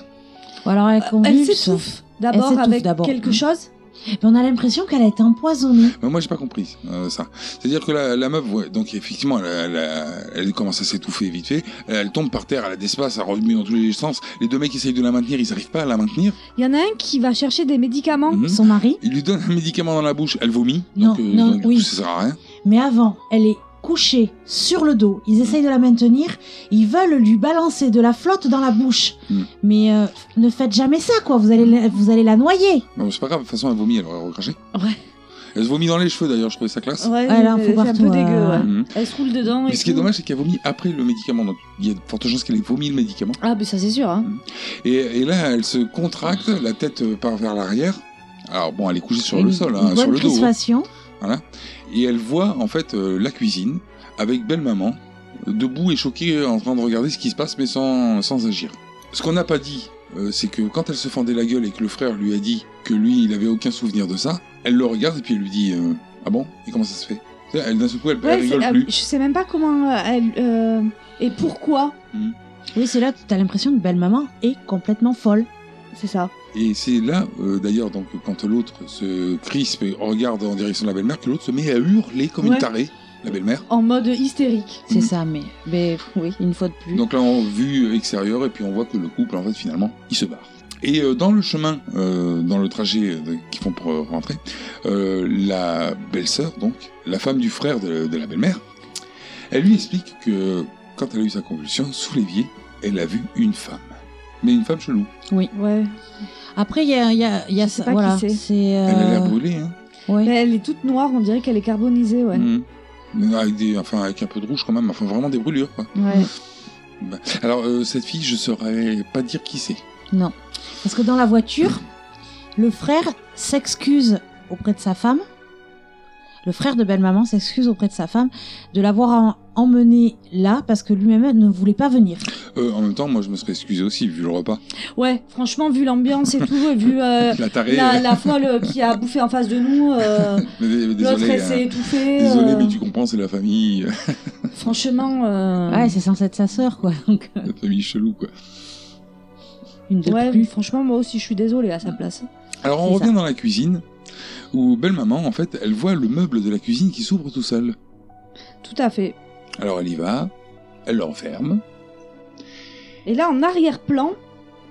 Ou alors elle Euh, elle convulse. s'étouffe d'abord s'étouffe avec d'abord. Mmh. quelque chose. Mais on a l'impression qu'elle a été empoisonnée. Mais moi, j'ai pas compris euh, ça. C'est-à-dire que la, la meuf, ouais, donc effectivement, elle, elle- elle commence à s'étouffer vite fait. Elle tombe par terre, elle a des spasmes, elle remue dans tous les sens. Les deux mecs essayent de la maintenir, ils n'arrivent pas à la maintenir. Il y en a un qui va chercher des médicaments. Mhm. Son mari. Il lui donne un médicament dans la bouche, elle vomit. Non, donc, euh, non, donc, du oui. coup, ça sert à rien. Mais avant, elle est couchée sur le dos. Ils essayent de la maintenir. Ils veulent lui balancer de la flotte dans la bouche. Mm. Mais euh, ne faites jamais ça, quoi. Vous allez, la- vous allez la noyer. Bon, c'est pas grave, de toute façon, elle vomit, elle aurait recraché. Ouais. Elle se vomit dans les cheveux d'ailleurs, je trouvais ça classe. Ouais, Ah, là, faut c'est un peu partout, dégueu. euh, ouais. Mhm. Elle se roule dedans. Mais et ce qui est tout. dommage, c'est qu'elle vomit après le médicament. Donc, il y a de fortes chances qu'elle ait vomi le médicament. Ah, mais ça, c'est sûr. Hein. Et, et là, elle se contracte, la tête euh, part vers l'arrière. Alors, bon, elle est couchée sur Une- le sol, une hein, sur bonne le dos. hein. crispation. Et elle voit, en fait, euh, la cuisine avec belle-maman, euh, debout et choquée, euh, en train de regarder ce qui se passe, mais sans, sans agir. Ce qu'on n'a pas dit, euh, c'est que quand elle se fendait la gueule et que le frère lui a dit que lui, il avait aucun souvenir de ça, elle le regarde et puis elle lui dit euh, Ah bon Et comment ça se fait Tu sais, Elle, d'un seul coup, elle, elle Ouais, rigole c'est- euh, plus. je sais même pas comment euh, elle. euh, et pourquoi Oui, c'est là que t'as l'impression que belle maman est complètement folle. C'est ça. Et c'est là, euh, d'ailleurs, donc quand l'autre se crispe et regarde en direction de la belle-mère, que l'autre se met à hurler comme Ouais. une tarée, la belle-mère. En mode hystérique. C'est Mhm. ça, mais, mais oui, une fois de plus. Donc là, on vue extérieure, et puis on voit que le couple, en fait, finalement, il se barre. Et euh, dans le chemin, euh, dans le trajet euh, de- qu'ils font pour euh, rentrer, euh, la belle-sœur, donc, la femme du frère de, de la belle-mère, elle lui explique que quand elle a eu sa convulsion, sous l'évier, elle a vu une femme. Mais une femme chelou. Mmh. Ouais. Après, il y a, il y a, il y a Je sais ça- pas qui voilà, c'est. c'est. Elle a l'air euh, brûlée, hein. ouais. Mais elle est toute noire, on dirait qu'elle est carbonisée, ouais. Mhm. Mais Avec, des, enfin, avec un peu de rouge quand même, enfin vraiment des brûlures. Quoi. Mm. Ouais. Alors euh, cette fille, je saurais pas dire qui c'est. Parce que dans la voiture, le frère s'excuse auprès de sa femme. Le frère de belle-maman s'excuse auprès de sa femme de l'avoir en- emmenée là parce que lui-même ne voulait pas venir. Euh, en même temps, moi je me serais excusé aussi vu le *laughs* repas. Ouais, franchement, vu l'ambiance et tout, et vu euh, *laughs* La tarée. la, euh, la folle euh, qui a bouffé en face de nous, euh, mais- mais l'autre, *laughs* désolé, elle s'est hein. étouffée. désolé, euh, mais tu comprends, c'est la famille, euh, *laughs* Franchement, euh, Ouais, c'est censé être sa sœur, quoi. *laughs* Donc, euh, la famille chelou quoi. une de ouais, plus. franchement, moi aussi, je suis désolée à sa place. Alors on C'est revient dans la cuisine où belle maman en fait, elle voit le meuble de la cuisine qui s'ouvre tout seul. Tout à fait. Alors elle y va, elle le referme. Et là, en arrière-plan,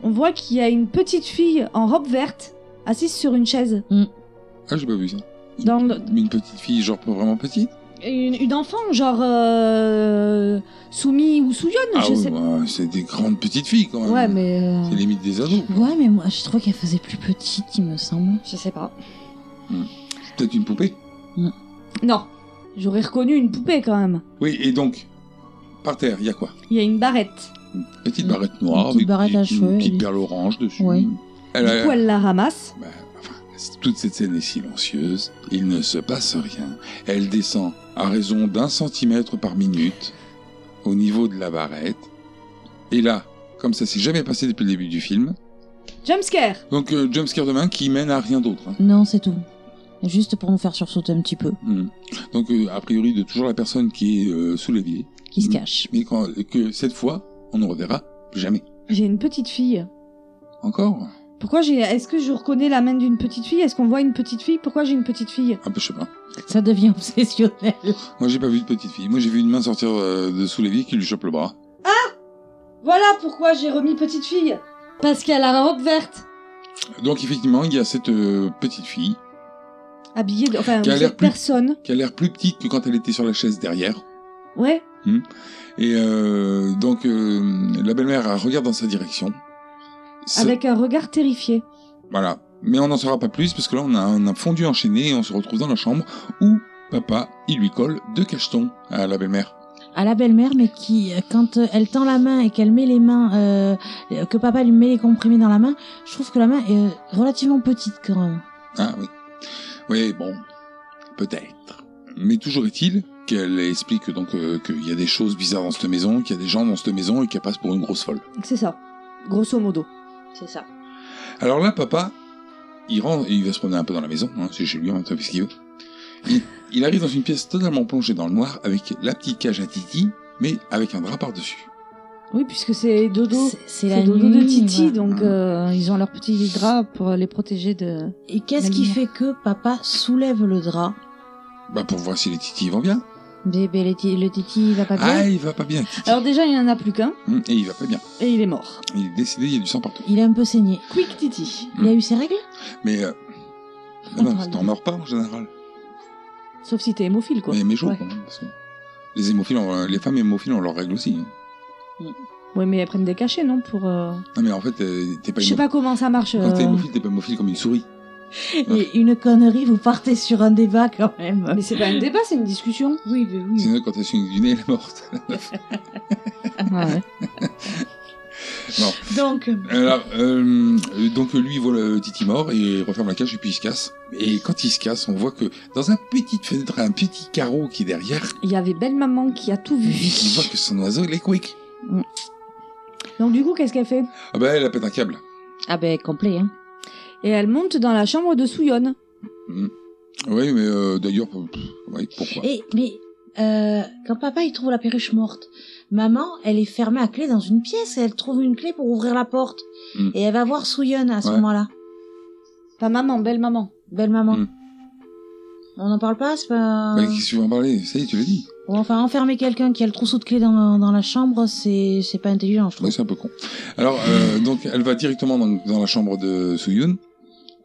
on voit qu'il y a une petite fille en robe verte assise sur une chaise. Ah j'ai pas vu ça. Dans le- Mais une petite fille, genre pas vraiment petite. Une, une enfant, genre euh, Soumi ou Souyonne, Ah je oui, sais bah, c'est des grandes petites filles quand même. Ouais, mais. euh, C'est limite des ados. Ouais, mais moi, je trouve qu'elle faisait plus petite, il me semble. Je sais pas. Peut-être une poupée. Non, j'aurais reconnu une poupée quand même. Oui, et donc, par terre, il y a quoi Il y a une barrette. Une petite Une- barrette noire, une petite barrette des- à une cheveux, petite oui. perle orange dessus. Oui. Elle a- Du coup, elle la ramasse. bah, enfin, toute cette scène est silencieuse, il ne se passe rien. Elle descend à raison d'un centimètre par minute au niveau de la barrette. Et là, comme ça s'est jamais passé depuis le début du film, Jumpscare donc euh, jumpscare de main qui mène à rien d'autre. hein. Non, c'est tout. juste pour nous faire sursauter un petit peu, Hmm. Donc, euh, a priori, de toujours la personne qui est euh, sous l'évier, qui se Mm. cache. mais quand- que cette fois, on ne reverra jamais. J'ai une petite fille. Encore Pourquoi j'ai. Est-ce que je reconnais la main d'une petite fille Est-ce qu'on voit une petite fille Pourquoi j'ai une petite fille Ah, bah, je sais pas. Ça devient *laughs* obsessionnel. Moi, j'ai pas vu de petite fille. Moi, j'ai vu une main sortir euh, de sous l'évier qui lui chope le bras. Voilà pourquoi j'ai remis petite fille Parce qu'elle a la robe verte Donc, effectivement, il y a cette euh, petite fille Habillée de. Enfin, Qui a cette l'air plus- personne. qui a l'air plus petite que quand elle était sur la chaise derrière. Ouais. Et euh, donc, euh, la belle-mère elle regarde dans sa direction. Ça- Avec un regard terrifié. Voilà. Mais on n'en saura pas plus parce que là, on a, on a fondu enchaîné et on se retrouve dans la chambre où papa, il lui colle deux cachetons à la belle-mère. à la belle-mère, mais qui, euh, quand euh, elle tend la main et qu'elle met les mains, euh, euh, que papa lui met les comprimés dans la main, je trouve que la main est euh, relativement petite quand même. Ah oui. Oui, bon. Peut-être. Mais toujours est-il qu'elle explique donc euh, qu'il y a des choses bizarres dans cette maison, qu'il y a des gens dans cette maison et qu'elle passe pour une grosse folle. C'est ça. Grosso modo. C'est ça. Alors là, papa, il rentre et il va se promener un peu dans la maison. Hein, c'est chez lui, hein, t'as fait ce qu'il veut. Il, il arrive dans une pièce totalement plongée dans le noir avec la petite cage à Titi, mais avec un drap par-dessus. Oui, puisque c'est dodo. C'est- C'est C'est la dodo nuit, de Titi, voilà. donc euh, ils ont leur petit drap pour les protéger de. Et qu'est-ce La qui lumière. fait que papa soulève le drap Bah pour voir si les Titi vont bien. Bébé, le, ti- le Titi il va pas bien. Ah, il va pas bien, Titi. Alors déjà, il n'y en a plus qu'un, Hum, Et il va pas bien. et il est mort. Il est décédé, il y a du sang partout. Ah, Il a un peu saigné. Quick Titi. Il a eu *laughs* ses règles Mais euh, On non, parle t'en de- meurs pas en général. Sauf si t'es hémophile, quoi. Mais, mais chaud, ouais. quoi, hein, parce que les hémophiles, ont- les femmes hémophiles ont leurs règles aussi. hein. Ouais, mais elles prennent des cachets, non Pour. euh, Non mais en fait, euh, t'es pas Je sais hémophile. pas comment ça marche. Quand t'es euh, hémophile, t'es pas hémophile comme une souris. Et une connerie, vous partez sur un débat quand même. Mais c'est pas un débat, c'est une discussion. Oui, mais hmm. oui. Sinon, quand t'as su du nez, elle est morte. Ah, *laughs* Donc, Alors, euh, euh, donc euh, lui, il voit le Titi mort et il referme la cage et puis il se casse. Et quand il se casse, on voit que dans un petite fenêtre, un petit carreau qui est derrière, Il y avait belle maman qui a tout *laughs* il voit vu. que son oiseau, il est quick. Donc du coup, qu'est-ce qu'elle fait Ah bah, elle a pété un câble. ah ben complet. Hein. Et elle monte dans la chambre de Souillonne. Oui, mais euh, d'ailleurs, euh, pff, ouais, pourquoi Et mais euh, quand papa il trouve la perruche morte, maman elle est fermée à clé dans une pièce et elle trouve une clé pour ouvrir la porte Mm. et elle va voir Souyeon à ce Ouais. moment-là. Pas maman, belle maman. Belle maman. Mm. On n'en parle pas, c'est pas. Bah, Qu'est-ce que tu veux en parler Ça y est, tu l'as dit. Ou enfin enfermer quelqu'un qui a le trousseau de clé dans, dans la chambre, c'est c'est pas intelligent je trouve. Ouais, c'est un peu con. Alors, euh, donc, elle va directement dans, dans la chambre de Suyun.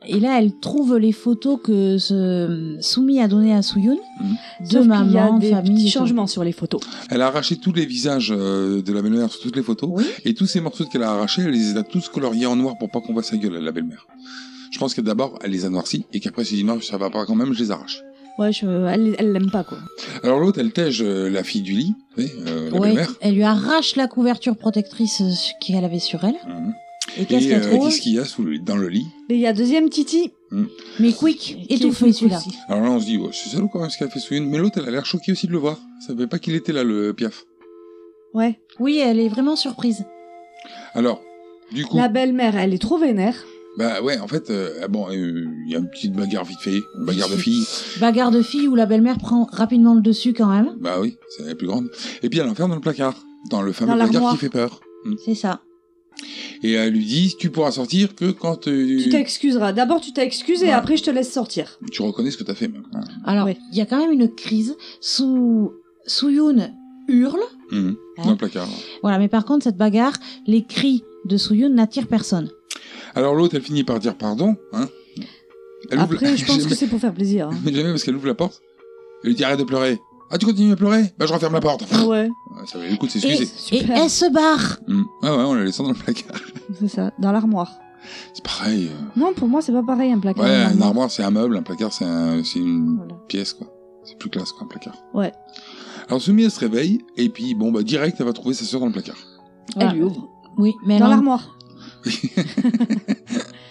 Et là elle trouve les photos que ce Soumi a donné à Souyeon Mm. de Sauf qu'il y a maman, des famille. et petits tout. changements sur les photos. Elle a arraché tous les visages euh, de la belle-mère sur toutes les photos. Oui. Et tous ces morceaux qu'elle a arrachés, elle les a tous coloriés en noir pour pas qu'on voit sa gueule à la belle-mère. Je pense que d'abord, elle les a noircis et qu'après, elle s'est dit non, ça va pas quand même, je les arrache. Ouais, je... elle elle l'aime pas, quoi. Alors, l'autre, elle tège euh, la fille du lit, vous savez, euh, la Ouais, belle-mère. elle lui arrache la couverture protectrice euh, ce qu'elle avait sur elle. Mhm. Et qu'est-ce Et qu'elle euh, trouve qu'est-ce qu'il y a sous le- dans le lit Mais il y a deuxième Titi. Mm. Mais quick, étouffé celui-là. Alors là, on se dit, ouais, c'est salaud quand même ce qu'elle a fait Suyun. Mais l'autre, elle a l'air choquée aussi de le voir. Ça savait pas qu'il était là, le piaf. Ouais. Oui, elle est vraiment surprise. Alors, du coup. La belle-mère, elle est trop vénère. Bah ouais, en fait, euh, ah bon, euh, il y a une petite bagarre vite fait, une bagarre de filles. Bagarre de fille où la belle-mère prend rapidement le dessus quand même. Bah oui, c'est la plus grande. Et puis elle l'enferme dans le placard, dans le fameux Dans placard l'armoire. qui fait peur. C'est ça. Et elle lui dit, tu pourras sortir que quand euh, Tu t'excuseras. D'abord, tu t'excuses et Ouais. après, je te laisse sortir. tu reconnais ce que t'as fait. Même. hein. Alors, il Ouais. y a quand même une crise. Sou... Suyun hurle. Mhm. Dans Ouais. le placard. Voilà, mais par contre, cette bagarre, les cris de Suyun n'attirent personne. Alors l'autre, elle finit par dire pardon. Hein. Elle ouvre la- *laughs* Après, je pense que Jamais- c'est pour faire plaisir. hein. Mais *laughs* jamais parce qu'elle ouvre la porte. Elle lui dit arrête de pleurer. Ah tu continues à pleurer Bah je referme la porte. Ouais, Ouais, Ça valait le coup de Et, s'excuser. et Super. elle se barre. Mhm. Ah ouais, on la laissant dans le placard. c'est ça, dans l'armoire. C'est pareil. euh. Non, pour moi, c'est pas pareil un placard. Ouais, et une un armoire. armoire c'est un meuble, un placard c'est un- c'est une Voilà. pièce quoi. C'est plus classe qu'un placard. Ouais. Alors Sumi elle se réveille et puis bon bah direct elle va trouver sa sœur dans le placard. Voilà. Elle lui ouvre. Oui, mais elle, Dans en- l'armoire.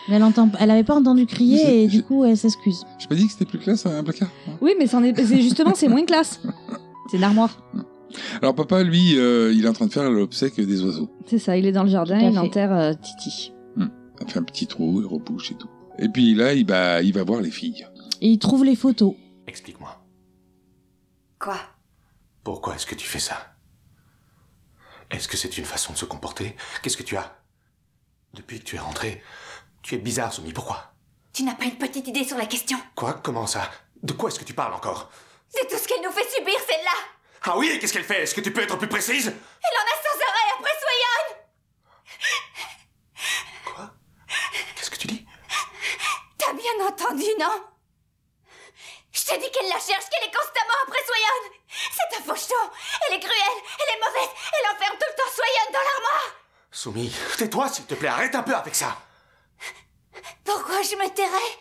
mais elle entend, elle avait pas entendu crier et Je- du coup, elle s'excuse. J'ai pas dit que c'était plus classe un placard. hein Oui, mais c'en est... c'est justement, c'est moins *laughs* classe. C'est une armoire. Alors papa lui euh, il est en train de faire l'obsèque des oiseaux. C'est ça, il est dans le jardin, Tout à il fait. enterre euh, Titi. Il fait un petit trou, il repousse et tout. Et puis là il, bah, il va voir les filles. Et il trouve les photos. Explique-moi. Quoi Pourquoi est-ce que tu fais ça Est-ce que c'est une façon de se comporter Qu'est-ce que tu as Depuis que tu es rentré, tu es bizarre, Soumi. Pourquoi Tu n'as pas une petite idée sur la question Quoi Comment ça De quoi est-ce que tu parles encore C'est tout ce qu'elle nous fait subir, celle-là Ah oui, qu'est-ce qu'elle fait Est-ce que tu peux être plus précise Elle en a sans arrêt après Soyan Quoi Qu'est-ce que tu dis T'as bien entendu, non Je te dis qu'elle la cherche, qu'elle est constamment après Soyan C'est un faucheton Elle est cruelle, elle est mauvaise, elle enferme tout le temps Soyan dans l'armoire Soumi, tais-toi, s'il te plaît, arrête un peu avec ça Pourquoi je me tairais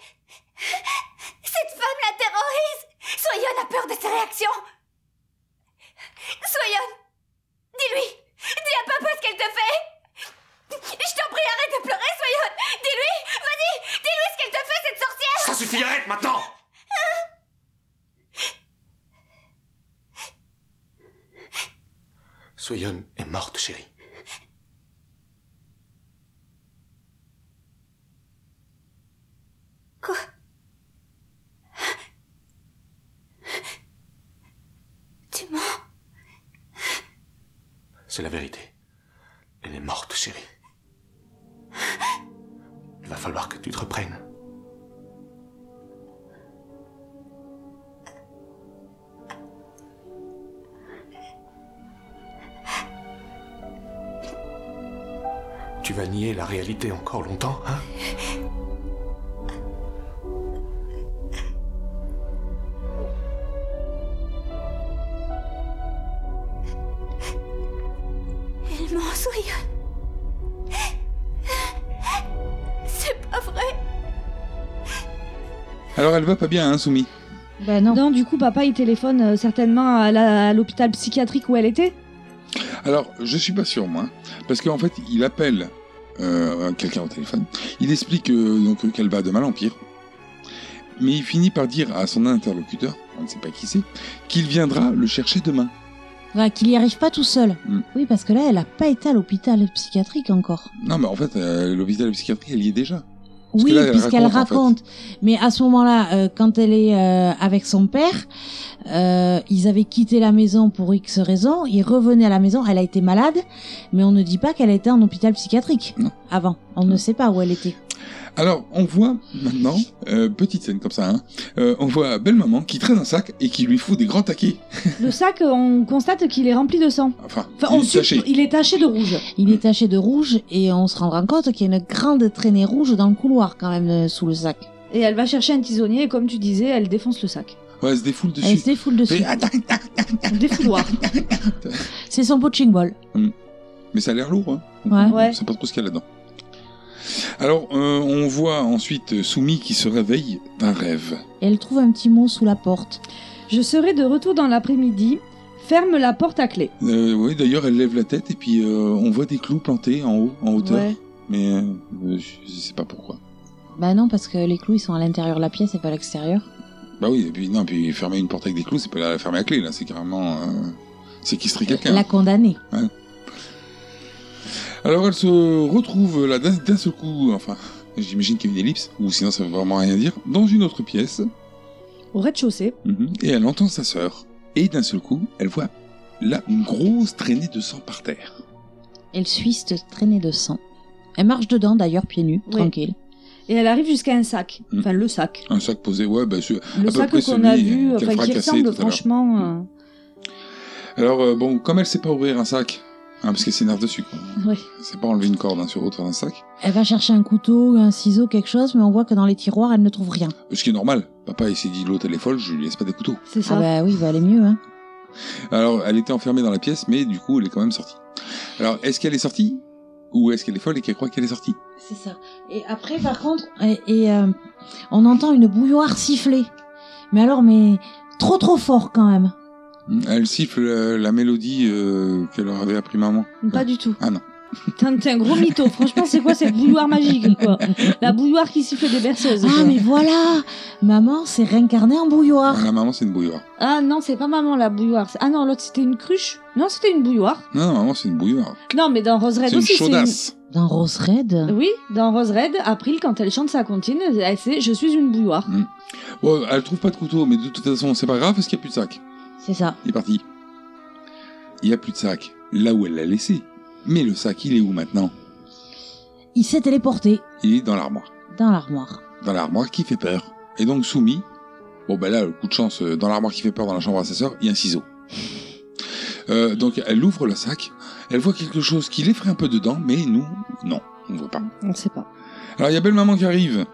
Cette femme la terrorise Soyon a peur de ses réactions Soyon Dis-lui Dis à papa ce qu'elle te fait Je t'en prie, arrête de pleurer, Soyon Dis-lui Vas-y Dis-lui ce qu'elle te fait, cette sorcière Ça suffit, arrête maintenant Soyon est morte, chérie. Quoi Tu mens C'est la vérité. Elle est morte, chérie. Il va falloir que tu te reprennes. Tu vas nier la réalité encore longtemps, hein Elle ment, Soyon C'est pas vrai Alors elle va pas bien, hein, Soumi Ben non. Non, du coup, papa, il téléphone euh, certainement à la- à l'hôpital psychiatrique où elle était. Alors, je suis pas sûr, moi. Parce qu'en fait, il appelle euh, quelqu'un au téléphone. Il explique euh, donc qu'elle va de mal en pire. Mais il finit par dire à son interlocuteur, on ne sait pas qui c'est, qu'il viendra le chercher demain. Ouais, qu'il n'y arrive pas tout seul. Mm. Oui, parce que là, elle a pas été à l'hôpital psychiatrique encore. Non, mais en fait, euh, l'hôpital psychiatrique, elle y est déjà. Parce que oui, là, elle puisqu'elle raconte, en raconte. Mais à ce moment-là, euh, quand elle est euh, avec son père, euh, ils avaient quitté la maison pour X raison. Ils revenaient à la maison. Elle a été malade, mais on ne dit pas qu'elle était en hôpital psychiatrique Non. avant. On ne sait pas où elle était. Alors, on voit maintenant, euh, petite scène comme ça, hein, euh, on voit belle maman qui traîne un sac et qui lui fout des grands taquets. Le sac, euh, on constate qu'il est rempli de sang. Enfin, Enfin, il on est suppo- taché. il est taché de rouge. Il est taché de rouge et on se rendra compte qu'il y a une grande traînée rouge dans le couloir quand même euh, sous le sac. Et elle va chercher un tisonnier et comme tu disais, elle défonce le sac. Ouais, elle se défoule Elle dessus. se défoule dessus. Fait, Attends, attends. Des *laughs* foudoirs. C'est son poaching ball. Mais ça a l'air lourd, hein. Ouais. Ouais. On sait pas trop ce qu'il y a là-dedans. Alors, euh, on voit ensuite Soumi qui se réveille d'un rêve. Et elle trouve un petit mot sous la porte. Je serai de retour dans l'après-midi. Ferme la porte à clé. Euh, oui, d'ailleurs, elle lève la tête et puis euh, on voit des clous plantés en haut, en hauteur. Ouais. Mais euh, je sais pas pourquoi. Bah non, parce que les clous ils sont à l'intérieur de la pièce et pas à l'extérieur. Bah oui, et puis, non, puis fermer une porte avec des clous, c'est pas la fermer à clé, là, c'est carrément. euh, c'est qui serait quelqu'un. La condamnée. Alors elle se retrouve là d'un d'un seul coup, enfin, j'imagine qu'il y a une ellipse, ou sinon ça veut vraiment rien dire, dans une autre pièce, Au rez-de-chaussée. Mhm. et elle entend sa sœur. Et d'un seul coup, elle voit là une grosse traînée de sang par terre. Elle suit cette traînée de sang. Elle marche dedans d'ailleurs, pieds nus, Oui. tranquille. Et elle arrive jusqu'à un sac. Mm. Enfin, le sac. Un sac posé, ouais, bah sûr. Le peu sac près qu'on a celui vu, qu'elle enfin, qui fracassait tout à ressemble l'heure. Mm. franchement. euh, Alors euh, bon, comme elle sait pas ouvrir un sac, hein, parce qu'elle s'énerve dessus, quoi. euh, ouais. Elle sait pas enlever une corde hein, sur autour d'un sac, Elle va chercher un couteau, un ciseau, quelque chose, mais on voit que dans les tiroirs, elle ne trouve rien. ce qui est normal. Papa, il s'est dit l'autre elle est folle, je lui laisse pas des couteaux. C'est Ah ça. bah oui, va aller mieux. Hein. Alors elle était enfermée dans la pièce, mais du coup elle est quand même sortie. Alors est-ce qu'elle est sortie ou est-ce qu'elle est folle et qu'elle croit qu'elle est sortie C'est ça. Et après, par contre, et, et, euh, on entend une bouilloire siffler. Mais alors, mais trop trop fort quand même. Elle siffle euh, la mélodie euh, qu'elle leur avait appris maman. Pas du tout. Ah non. Putain, T'es un gros mytho. Franchement, c'est quoi cette bouilloire magique, quoi La bouilloire qui siffle des berceuses. Ah quoi. mais voilà Maman s'est réincarnée en bouilloire. Ah, La maman, c'est une bouilloire. Ah non, c'est pas maman la bouilloire. Ah non, l'autre c'était une cruche. Non, c'était une bouilloire. Non, non, maman, c'est une bouilloire. Non, mais dans Rose Red C'est une aussi. c'est chaudasse. Dans Rose Red. Oui, dans Rose Red, April, quand elle chante sa comptine, elle sait Je suis une bouilloire. Bon, elle trouve pas de couteau, mais de toute façon, c'est pas grave parce qu'il y a plus de sac. C'est ça. Il est parti. Il y a plus de sac. Là où elle l'a laissé. Mais le sac, il est où maintenant Il s'est téléporté Il est dans l'armoire. dans l'armoire. Dans l'armoire qui fait peur. Et donc, soumis. Bon, ben là, le coup de chance, euh, dans l'armoire qui fait peur dans la chambre à sa sœur, il y a un ciseau. Euh, donc, elle ouvre le sac. Elle voit quelque chose qui l'effraie un peu dedans, mais nous, non, on ne voit pas. On sait pas. Alors, il y a belle maman qui arrive.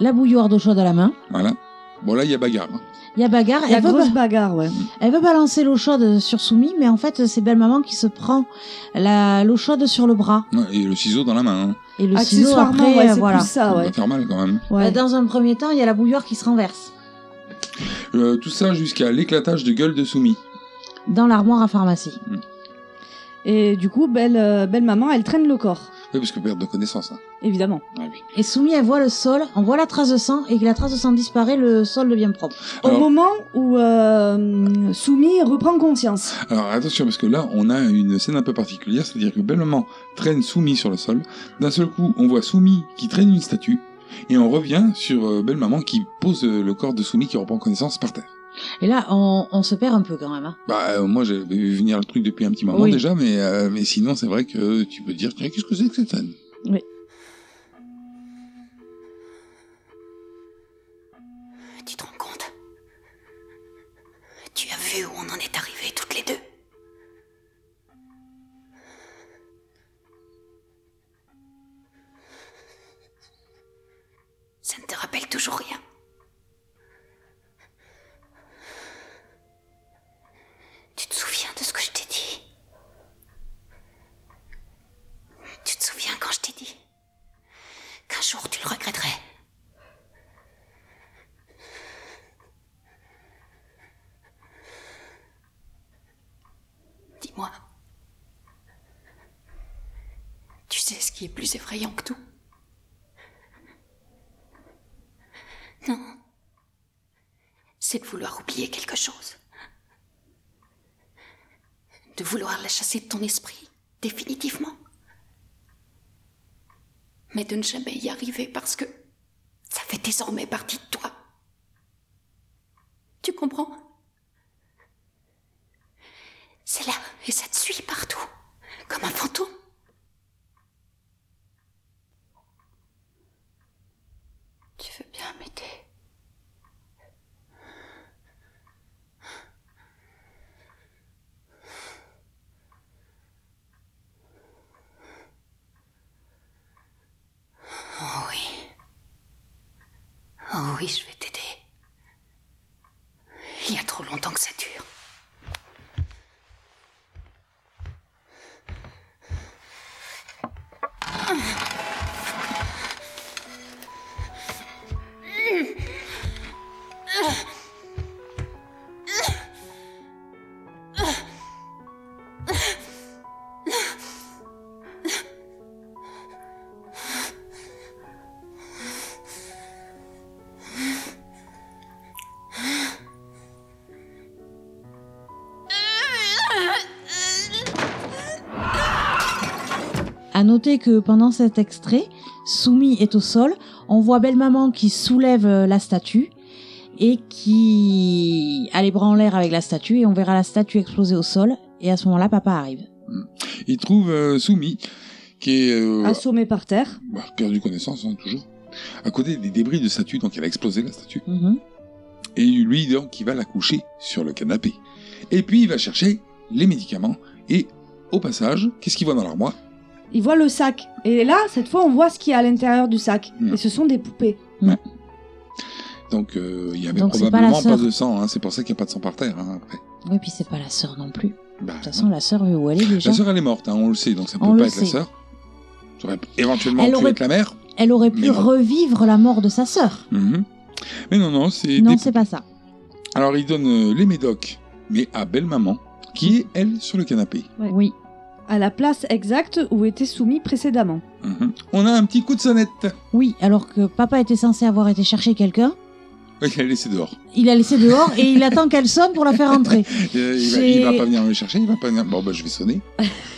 La bouilloire d'eau chaude à la main. Voilà. Bon, là, il y a bagarre. hein. Il y a bagarre. La elle, veut, grosse ba- bagarre, ouais. elle veut balancer l'eau chaude sur Soumi, mais en fait, c'est belle maman qui se prend la- l'eau chaude sur le bras. Ouais, Et le ciseau dans la main. hein. Et le ciseau Accessoirement, après, ouais, euh, c'est voilà. plus ça, Ça Ah ouais. va faire mal quand même. Ouais. Euh, Dans un premier temps, il y a la bouilloire qui se renverse. Euh, tout ça jusqu'à l'éclatage de gueule de Soumis. Dans l'armoire à pharmacie. Et du coup, belle, euh, belle maman, elle traîne le corps, Oui, parce que perte de connaissance. hein. évidemment. Ah oui. Et Soumi, elle voit le sol, on voit la trace de sang, et que la trace de sang disparaît, le sol devient propre. Au Alors- moment où euh, Soumi reprend conscience. Alors attention, parce que là, on a une scène un peu particulière, c'est-à-dire que Bellement traîne Soumis sur le sol. D'un seul coup, on voit Soumis qui traîne une statue, et on revient sur euh, Belle Maman qui pose euh, le corps de Soumis qui reprend connaissance par terre. Et là, on, on se perd un peu quand même. hein. Bah, euh, moi, j'avais vu venir le truc depuis un petit moment Oui. déjà, mais, euh, mais sinon, c'est vrai que tu peux dire, tiens, qu'est-ce que c'est que cette scène Tu te rends compte Tu as vu où on en est arrivé toutes les deux Ça ne te rappelle toujours rien. Tu te souviens de ce que je t'ai dit Tu te souviens quand je t'ai dit qu'un jour tu le regretterais Dis-moi. Tu sais ce qui est plus effrayant que tout Non. C'est de vouloir oublier quelque chose. De vouloir la chasser de ton esprit, définitivement. Mais de ne jamais y arriver parce que ça fait désormais partie de toi. Tu comprends c'est là, et ça te suit partout, comme un fantôme. Tu veux bien m'aider Oh oui. Oh oui, je vais t'aider. Il y a trop longtemps que ça dure. À noter que pendant cet extrait, Soumi est au sol, on voit belle maman qui soulève euh, la statue et qui a les bras en l'air avec la statue et on verra la statue exploser au sol et à ce moment-là papa arrive. Il trouve euh, Soumis, qui est euh, Ah, Assommée par terre. bah, perdu connaissance, hein, toujours, à côté des débris de statue, donc elle a explosé la statue. Mhm. Et lui, donc, il va la coucher sur le canapé. Et puis, il va chercher les médicaments. Et au passage, qu'est-ce qu'il voit dans l'armoire Il voit le sac. Et là, cette fois, on voit ce qu'il y a à l'intérieur du sac. Mm. Et ce sont des poupées. Donc, euh, il y avait Donc, c'est pas la probablement pas, sœur. de sang. hein. C'est pour ça qu'il n'y a pas de sang par terre. hein, après. Oui, puis c'est pas la sœur non plus. De Bah, toute façon, la sœur vu où elle est déjà. la sœur, elle est morte, hein, on le sait. Donc, ça peut On le pas être la sait. sœur. Ça aurait éventuellement Elle pu aurait- être la mère. Elle aurait pu Mais non. revivre la mort de sa sœur. Mhm. Mais non, non, c'est... Non, des- c'est pas ça. Mhm. Alors, il donne euh, les médocs, mais à belle-maman, qui est, elle, sur le canapé. Ouais. Oui. à la place exacte où était soumis précédemment. Mhm. On a un petit coup de sonnette. *laughs* Oui, alors que papa était censé avoir été chercher quelqu'un, Il l'a laissé dehors. *laughs* il l'a laissé dehors et il attend qu'elle sonne pour la faire entrer. Euh, Il va, J'ai- il va pas venir me chercher, il va pas venir. Bon, bah, je vais sonner.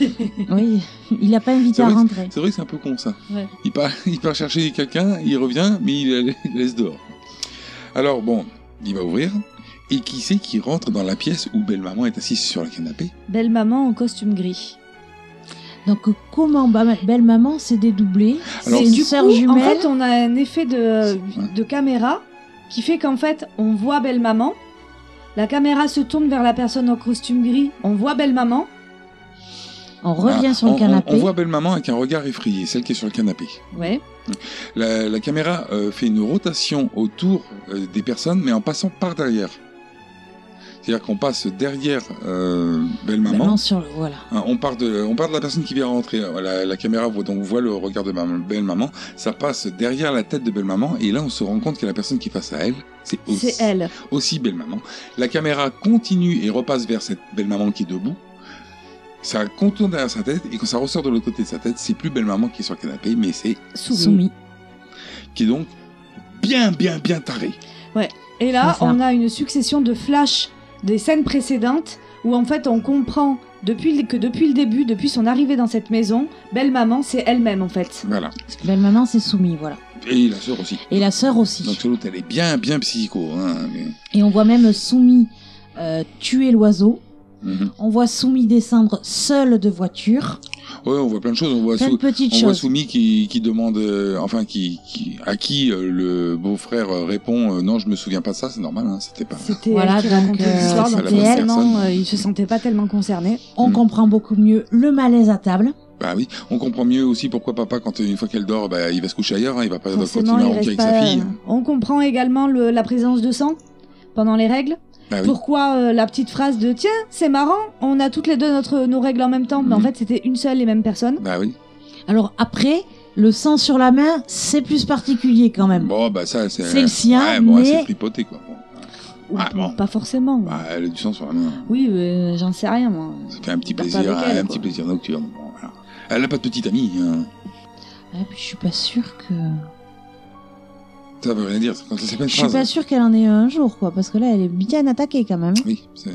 Oui, il l'a pas invité C'est à vrai, rentrer. C'est vrai que c'est un peu con ça. Ouais. Il, part, *laughs* il part chercher quelqu'un, il revient, mais il la- *laughs* il laisse dehors. Alors bon, il va ouvrir. Et qui c'est qui rentre dans la pièce où belle maman est assise sur le canapé Belle maman en costume gris. Donc comment Ba- belle maman s'est dédoublée Alors, C'est une du sœur coup, jumelle. En fait, on a un effet de, euh, de caméra qui fait qu'en fait, on voit belle maman. La caméra se tourne vers la personne en costume gris. On voit belle maman. on revient Ah, sur on- le on- canapé. On, voit belle maman avec un regard effrayé, celle qui est sur le canapé. Ouais. La, la caméra euh, fait une rotation autour euh, des personnes, mais en passant par derrière. C'est-à-dire qu'on passe derrière euh, belle Bah maman. non, sur le- voilà. Hein, On part, de, on part de la personne qui vient rentrer. La, la caméra voit, donc voit le regard de ma belle-maman. Ça passe derrière la tête de belle-maman. Et là, on se rend compte que la personne qui est face à elle, c'est aussi, C'est elle. aussi belle-maman. La caméra continue et repasse vers cette belle-maman qui est debout. Ça contourne derrière sa tête. Et quand ça ressort de l'autre côté de sa tête, c'est plus belle-maman qui est sur le canapé, mais c'est Souris. Soumis. qui est donc bien, bien, bien tarée. Et là, C'est ça. on a une succession de flashs des scènes précédentes où en fait, on comprend depuis le- que depuis le début, depuis son arrivée dans cette maison, belle maman, c'est elle-même en fait. Voilà. Belle maman s'est soumise, voilà. Et la sœur aussi. Et la sœur aussi. Donc l'autre, elle est bien, bien psycho. Hein, mais- Et on voit même Soumis euh, tuer l'oiseau. Mhm. On voit Soumis descendre seule de voiture. Ouais, on voit plein de choses. On voit Plein sous- de petites On voit choses. Soumi qui, qui demande, euh, enfin, qui, qui- à qui euh, le beau-frère euh, répond euh, Non, je me souviens pas de ça, c'est normal, hein, c'était pas. C'était Voilà, elle qui donc, racontait euh, l'histoire, donc c'était elle. forcément, euh, il se sentait pas tellement concerné. On Mm. comprend beaucoup mieux le malaise à table. Bah oui, on comprend mieux aussi pourquoi papa, quand euh, une fois qu'elle dort, bah, il va se coucher ailleurs, hein, il va pas Forcément, continuer à il reste ronquer avec pas. euh, sa fille. euh, On comprend également le- la présence de sang pendant les règles. Bah oui. Pourquoi euh, la petite phrase de tiens, c'est marrant, on a toutes les deux notre, nos règles en même temps, mais en Mhm. fait c'était une seule et même personne. Bah oui. Alors après, le sang sur la main, c'est plus particulier quand même. Bon, bah ça, c'est. C'est le sien, Ouais, bon, elle mais- s'est fripotée, quoi. Bon. Ou- Ah, bon. Pas forcément. Bah, elle a du sang sur la main. Oui, euh, j'en sais rien moi. Ça fait un petit Dors pas plaisir, avec elle, un quoi. petit plaisir nocturne. Bon, voilà. Elle a pas de petite amie. hein. Et Ah, puis, je suis pas sûre que. Ça veut rien dire, c'est quand c'est pas une Je suis phrase. pas sûre qu'elle en ait un jour, quoi, parce que là, elle est bien attaquée quand même. Oui, c'est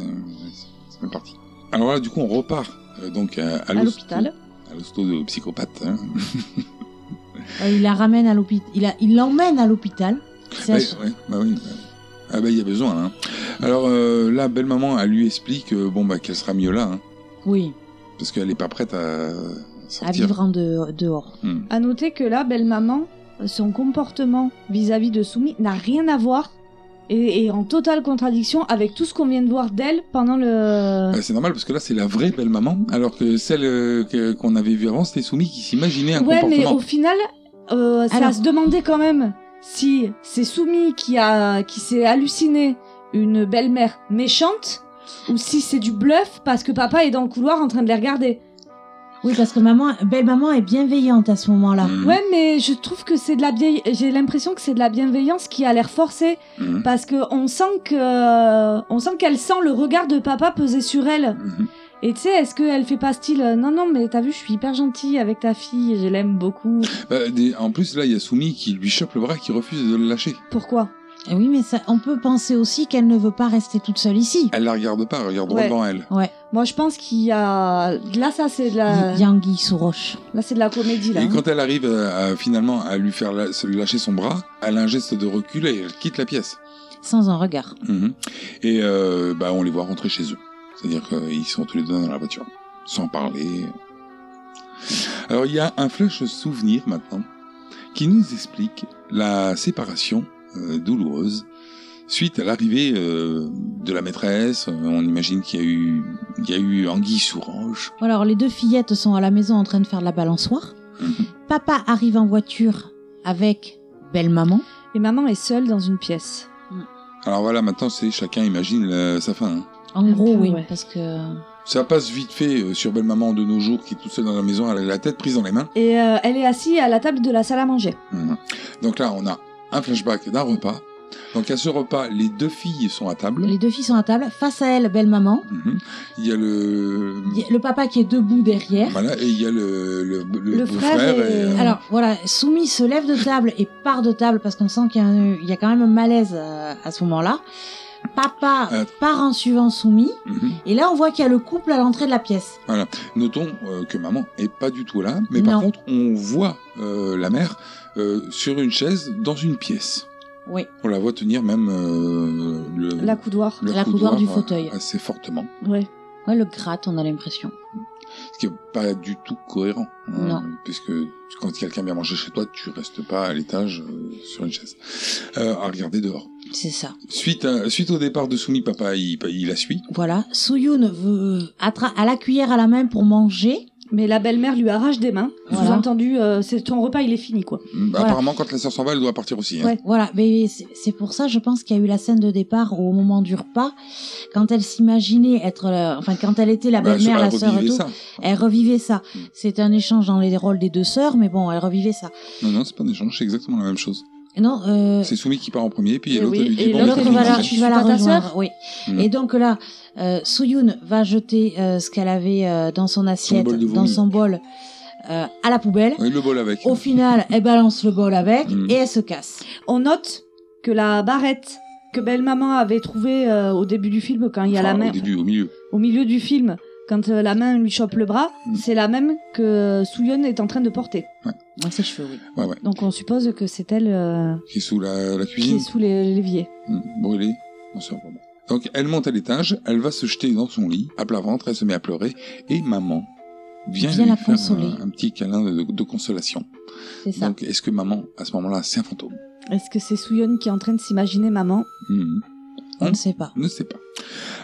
c'est bien parti. Alors là, du coup, on repart euh, donc à, à À l'hosto- l'hôpital. À l'hosto de psychopathe. hein. Euh, il la ramène à l'hôpital. Il a- il l'emmène à l'hôpital. C'est Ouais, ass- ouais, bah oui. bah. Ah bah il y a besoin. Hein. Alors euh, là, belle maman, elle lui explique euh, bon bah qu'elle sera mieux là, hein, Oui, parce qu'elle est pas prête à à sortir. Hmm. vivre en de- dehors. À noter que là, belle maman, son comportement vis-à-vis de Soumi n'a rien à voir et est en totale contradiction avec tout ce qu'on vient de voir d'elle pendant le. Euh, c'est normal parce que là c'est la vraie belle maman, alors que celle euh, que- qu'on avait vue avant c'était Soumis qui s'imaginait un ouais, mais comportement. au final, euh, ça Alors- se demandait quand même si c'est Soumi qui a qui s'est halluciné une belle-mère méchante ou si c'est du bluff parce que papa est dans le couloir en train de les regarder. Oui, parce que maman, belle maman est bienveillante à ce moment-là. Mhm, Ouais, mais je trouve que c'est de la vieille. J'ai l'impression que c'est de la bienveillance qui a l'air forcée mhm, parce que on sent que on sent qu'elle sent le regard de papa peser sur elle. mhm. Et tu sais, est-ce qu'elle fait pas style euh, non non mais t'as vu je suis hyper gentille avec ta fille, je l'aime beaucoup. Bah, des- en plus là il y a Soumis qui lui chope le bras et qui refuse de le lâcher. Pourquoi Et oui, mais ça, on peut penser aussi qu'elle ne veut pas rester toute seule ici. Elle la regarde pas, elle regarde droit Ouais. devant elle. Moi je pense qu'il y a là ça c'est de la Yangui sous roche. là c'est de la comédie là. Et hein. quand elle arrive euh, à- finalement à lui faire la- se lui lâcher son bras, elle a un geste de recul et elle quitte la pièce. Sans un regard. Mhm. Et euh, bah, on les voit rentrer chez eux. C'est-à-dire qu'ils sont tous les deux dans la voiture, sans parler. Alors il y a un flash souvenir maintenant qui nous explique la séparation euh, douloureuse suite à l'arrivée euh, de la maîtresse. Euh, On imagine qu'il y a eu, il y a eu anguille sous roche. Alors, les deux fillettes sont à la maison en train de faire de la balançoire. Mhm. Papa arrive en voiture avec belle maman. Et maman est seule dans une pièce. Alors voilà, maintenant c'est chacun imagine euh, sa fin. hein. En Un gros, peu, oui, ouais. parce que Ça passe vite fait euh, sur belle maman de nos jours qui est toute seule dans la maison, elle a la tête prise dans les mains. Et euh, elle est assise à la table de la salle à manger. Mhm. Donc là, on a un flashback d'un repas Donc à ce repas, les deux filles sont à table. Les deux filles sont à table. Face à elle, belle maman. Mhm. Il y a le... Il y a Le papa qui est debout derrière. Voilà, et il y a le, le, le Le beau-frère. frère et- et, euh, Alors voilà, Soumis se lève de table et part de table parce qu'on sent qu'il y, a un- il y a quand même un malaise euh, à ce moment-là. Papa Euh. part en suivant Soumis. mhm. Et là, on voit qu'il y a le couple à l'entrée de la pièce. Notons euh, que maman est pas du tout là, mais par Non. contre, on voit euh, la mère euh, sur une chaise dans une pièce. Oui. On la voit tenir même euh, le, La coudoir. le euh, la coudoir du fauteuil. assez fortement, Ouais. Ouais, le gratte, on a l'impression. ce qui est pas du tout cohérent. hein, Non. Puisque quand quelqu'un vient manger chez toi, tu restes pas à l'étage euh, sur une chaise euh, à regarder dehors. C'est ça. Suite, à- suite au départ de Soumi, papa, il, bah, il la suit. Voilà. Soyoun veut attra- à la cuillère à la main pour manger. Mais la belle-mère lui arrache des mains. Voilà. Sous-entendu, euh, c'est ton repas, il est fini, quoi. Apparemment, quand la sœur s'en va, elle doit partir aussi. hein. Ouais. Voilà, mais c'est c'est pour ça, je pense qu'il y a eu la scène de départ au moment du repas, quand elle s'imaginait être, la- enfin quand elle était la Bah, belle-mère, elle la sœur et revivait tout, ça. elle revivait ça. Mm. C'était un échange dans les rôles des deux sœurs, mais bon, elle revivait ça. Non, non, c'est pas un échange, c'est exactement la même chose. Et Non, euh, C'est Soumi qui part en premier, puis Et l'autre oui, lui dit et bon, l'autre je l'autre vais la- va la, manger. je tu suis vas la pas ta rejoindre, sœur oui. Mm. Et donc là, euh, Soyoun va jeter euh, ce qu'elle avait euh, dans son assiette, bol de vomi. dans son bol, euh, à la poubelle. Oui, le bol avec. hein. Au final, elle balance le bol avec Mm. et elle se casse. On note que la barrette que belle-maman avait trouvée euh, au début du film, quand il y a Enfin, la main, Au début, au milieu. au milieu du film, quand euh, la main lui chope le bras, Mm. c'est la même que Souyeon est en train de porter. Moi, ses cheveux, oui. Ouais, ouais. Donc on suppose que c'est elle euh, Qui est sous la, la qui est cuisine. sous les- l'évier. Mm. Brûlé. On se reprend. Donc, elle monte à l'étage, elle va se jeter dans son lit, à plat ventre, elle se met à pleurer, et maman vient, Vient lui la faire consoler. Un, un petit câlin de, de consolation. C'est ça. Donc, est-ce que maman, à ce moment-là, c'est un fantôme Est-ce que c'est Souyeon qui est en train de s'imaginer maman Mm. On ne sait pas. ne sais pas.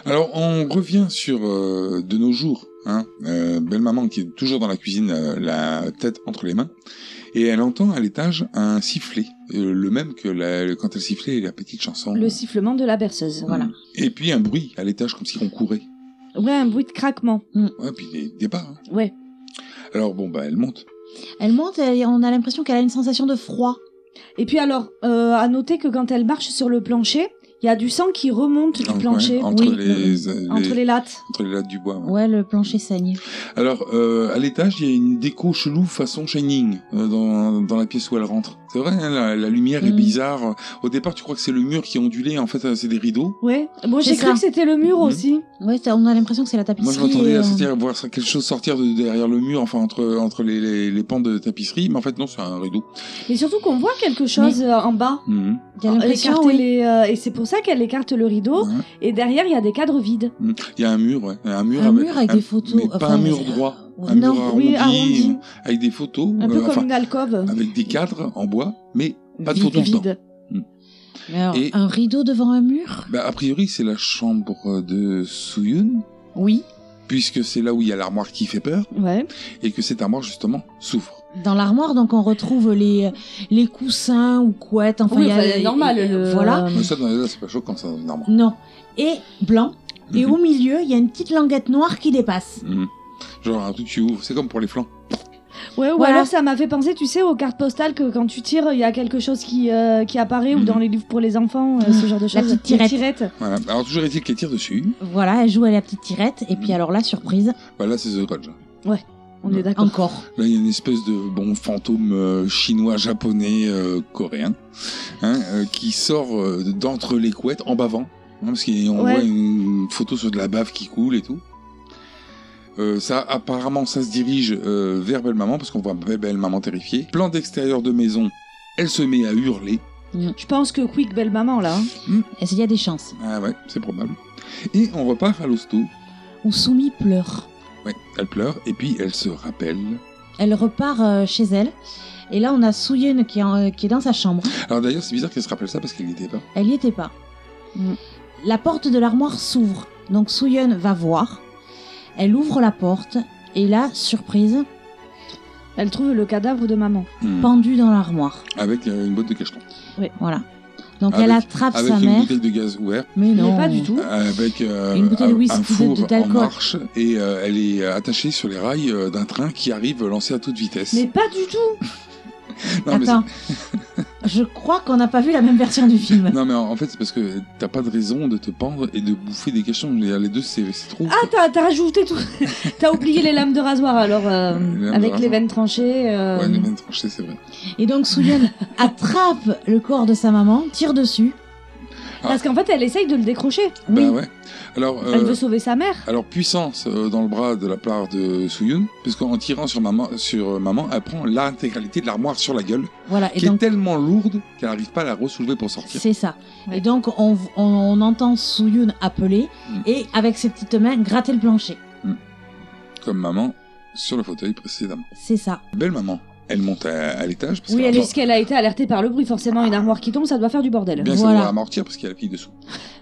Alors, on revient sur euh, de nos jours. Hein, euh, belle maman qui est toujours dans la cuisine, euh, la tête entre les mains, et elle entend à l'étage un sifflet, euh, le même que la- quand elle sifflait la petite chanson. Mm. Le sifflement de la berceuse. Voilà. Et puis un bruit à l'étage comme si on courait. Ouais, un bruit de craquement. Ouais, puis des, des pas. hein. Ouais. Alors bon, bah elle monte. Elle monte et on a l'impression qu'elle a une sensation de froid. Et puis alors, euh, à noter que quand elle marche sur le plancher, il y a du sang qui remonte du Ouais, plancher. Hein, entre, oui, les, euh, les- entre les lattes. entre les lattes du bois. ouais. Ouais, le plancher saigne. Alors, euh, à l'étage, il y a une déco chelou façon Shining euh, dans, dans la pièce où elle rentre. C'est vrai, hein, la, la lumière est Mhm. bizarre. Au départ, tu crois que c'est le mur qui est ondulé, en fait, euh, c'est des rideaux. Ouais. Moi C'est j'ai cru ça. Mm. que c'était le mur Mhm. aussi. Ouais, ça- on a l'impression que c'est la Moi, tapisserie. je m'attendais et, à euh, sortir, voir ça- quelque chose sortir de derrière le mur, enfin, entre, entre les, les, les pans de tapisserie, mais en fait, non, c'est un rideau. Mais surtout qu'on voit quelque chose euh, en bas. Mhm. il y a l'impression, Écarter oui. Oh, les, euh, et c'est pour ça qu'elle écarte le rideau. Ouais. Et derrière, il y a des cadres vides. Mhm. Il y a un mur, ouais. Un mur, Un mur avec des photos, Ah, Mais pas enfin, un mur euh, droit. ouais, un non, mur arrondi, oui, arrondi. euh, avec des photos, Un euh, peu comme enfin, une alcôve. avec des cadres en bois, mais pas de Vide, photos dedans. Vide. Mais alors, Et- Un rideau devant un mur Bah, a priori, c'est la chambre de Soyun, Oui. puisque c'est là où il y a l'armoire qui fait peur, Ouais. et que cette armoire, justement, souffre. Dans l'armoire, donc on retrouve les, les coussins ou couettes. Enfin, Oui, il y a- enfin, c'est normal. le- Voilà. Mais ça, dans les là, c'est pas choquant, ça, dans une armoire. Non. Et blanc. Et Mhm. au milieu, il y a une petite languette noire qui dépasse. Mhm. Genre, un truc, tu ouvres, c'est comme pour les flancs. Ouais, ou Voilà. alors ça m'a fait penser, tu sais, aux cartes postales que quand tu tires, il y a quelque chose qui, euh, qui apparaît, ou Mhm. dans les livres pour les enfants, euh, Ah, ce genre de la choses. petite Les tirette. tirettes. Voilà. Alors, toujours est-il qu'elle tire dessus. Voilà, elle joue à la petite tirette. Et puis Mhm. alors là, surprise, Bah, là, c'est The Grudge. On est d'accord. encore. Là, il y a une espèce de bon fantôme euh, chinois, japonais, euh, coréen, hein, euh, qui sort euh, d'entre les couettes en bavant. hein, parce qu'on Ouais. voit une photo sur de la bave qui coule et tout. Euh, ça, apparemment, ça se dirige euh, vers Belle Maman, parce qu'on voit Belle Belle Maman terrifiée. Plan d'extérieur de maison, elle se met à hurler. Je pense que Quick, belle maman, là. hein. Est-ce qu'il y a des chances Ah ouais, c'est probable. Et on repart à l'hosto. Où Soumi pleure. Ouais, elle pleure, et puis elle se rappelle. Elle repart euh, chez elle. Et là, on a Souyun qui est, en- euh, qui est dans sa chambre. Alors d'ailleurs, c'est bizarre qu'elle se rappelle ça, parce qu'elle n'y était pas. Elle y était pas. Mm. La porte de l'armoire s'ouvre. Donc Soyeon va voir. Elle ouvre la porte. Et là, surprise, Elle trouve le cadavre de maman. Mhm. pendue dans l'armoire. Avec euh, une boîte de cacheton. Voilà. Donc Avec- elle attrape Avec sa une mère. bouteille de gaz ouverte, Mais non. Mais pas du tout. avec euh, Une bouteille de un- whisky un de- four de- en d'alcool. marche, et euh, elle est euh, attachée sur les rails euh, d'un train qui arrive lancé à toute vitesse. Mais pas du tout *laughs* Non, mais c'est- Attends. Je crois qu'on n'a pas vu la même version du film. Non mais en en fait c'est parce que t'as pas de raison de te pendre et de bouffer des cachons. Les les deux c'est c'est trop. Ah, t'as, t'as rajouté tout. *laughs* t'as oublié les lames de rasoir alors, euh, Les lames de avec les rasoir. veines tranchées. euh, Ouais, les veines tranchées, c'est vrai. Et *laughs* donc Souyun attrape le corps de sa maman, tire dessus. Parce qu'en fait, elle essaye de le décrocher. Bah ouais. Alors, Elle euh, veut sauver sa mère. alors puissance euh, dans le bras de la part de Suyun, puisqu'en tirant sur maman, sur euh, maman, elle prend l'intégralité de l'armoire sur la gueule, Voilà. Et qui est donc tellement lourde qu'elle n'arrive pas à la ressoulever pour sortir. c'est ça. Et donc on, on- on entend Souyun appeler Mm. et avec ses petites mains gratter le plancher. Comme maman sur le fauteuil précédemment. C'est ça. Belle maman. Elle monte à, à l'étage parce Oui, qu'elle elle a- puisqu'elle a été alertée par le bruit, forcément, une armoire qui tombe, ça doit faire du bordel. bien Voilà. ça doit amortir parce qu'il y a la fille dessous.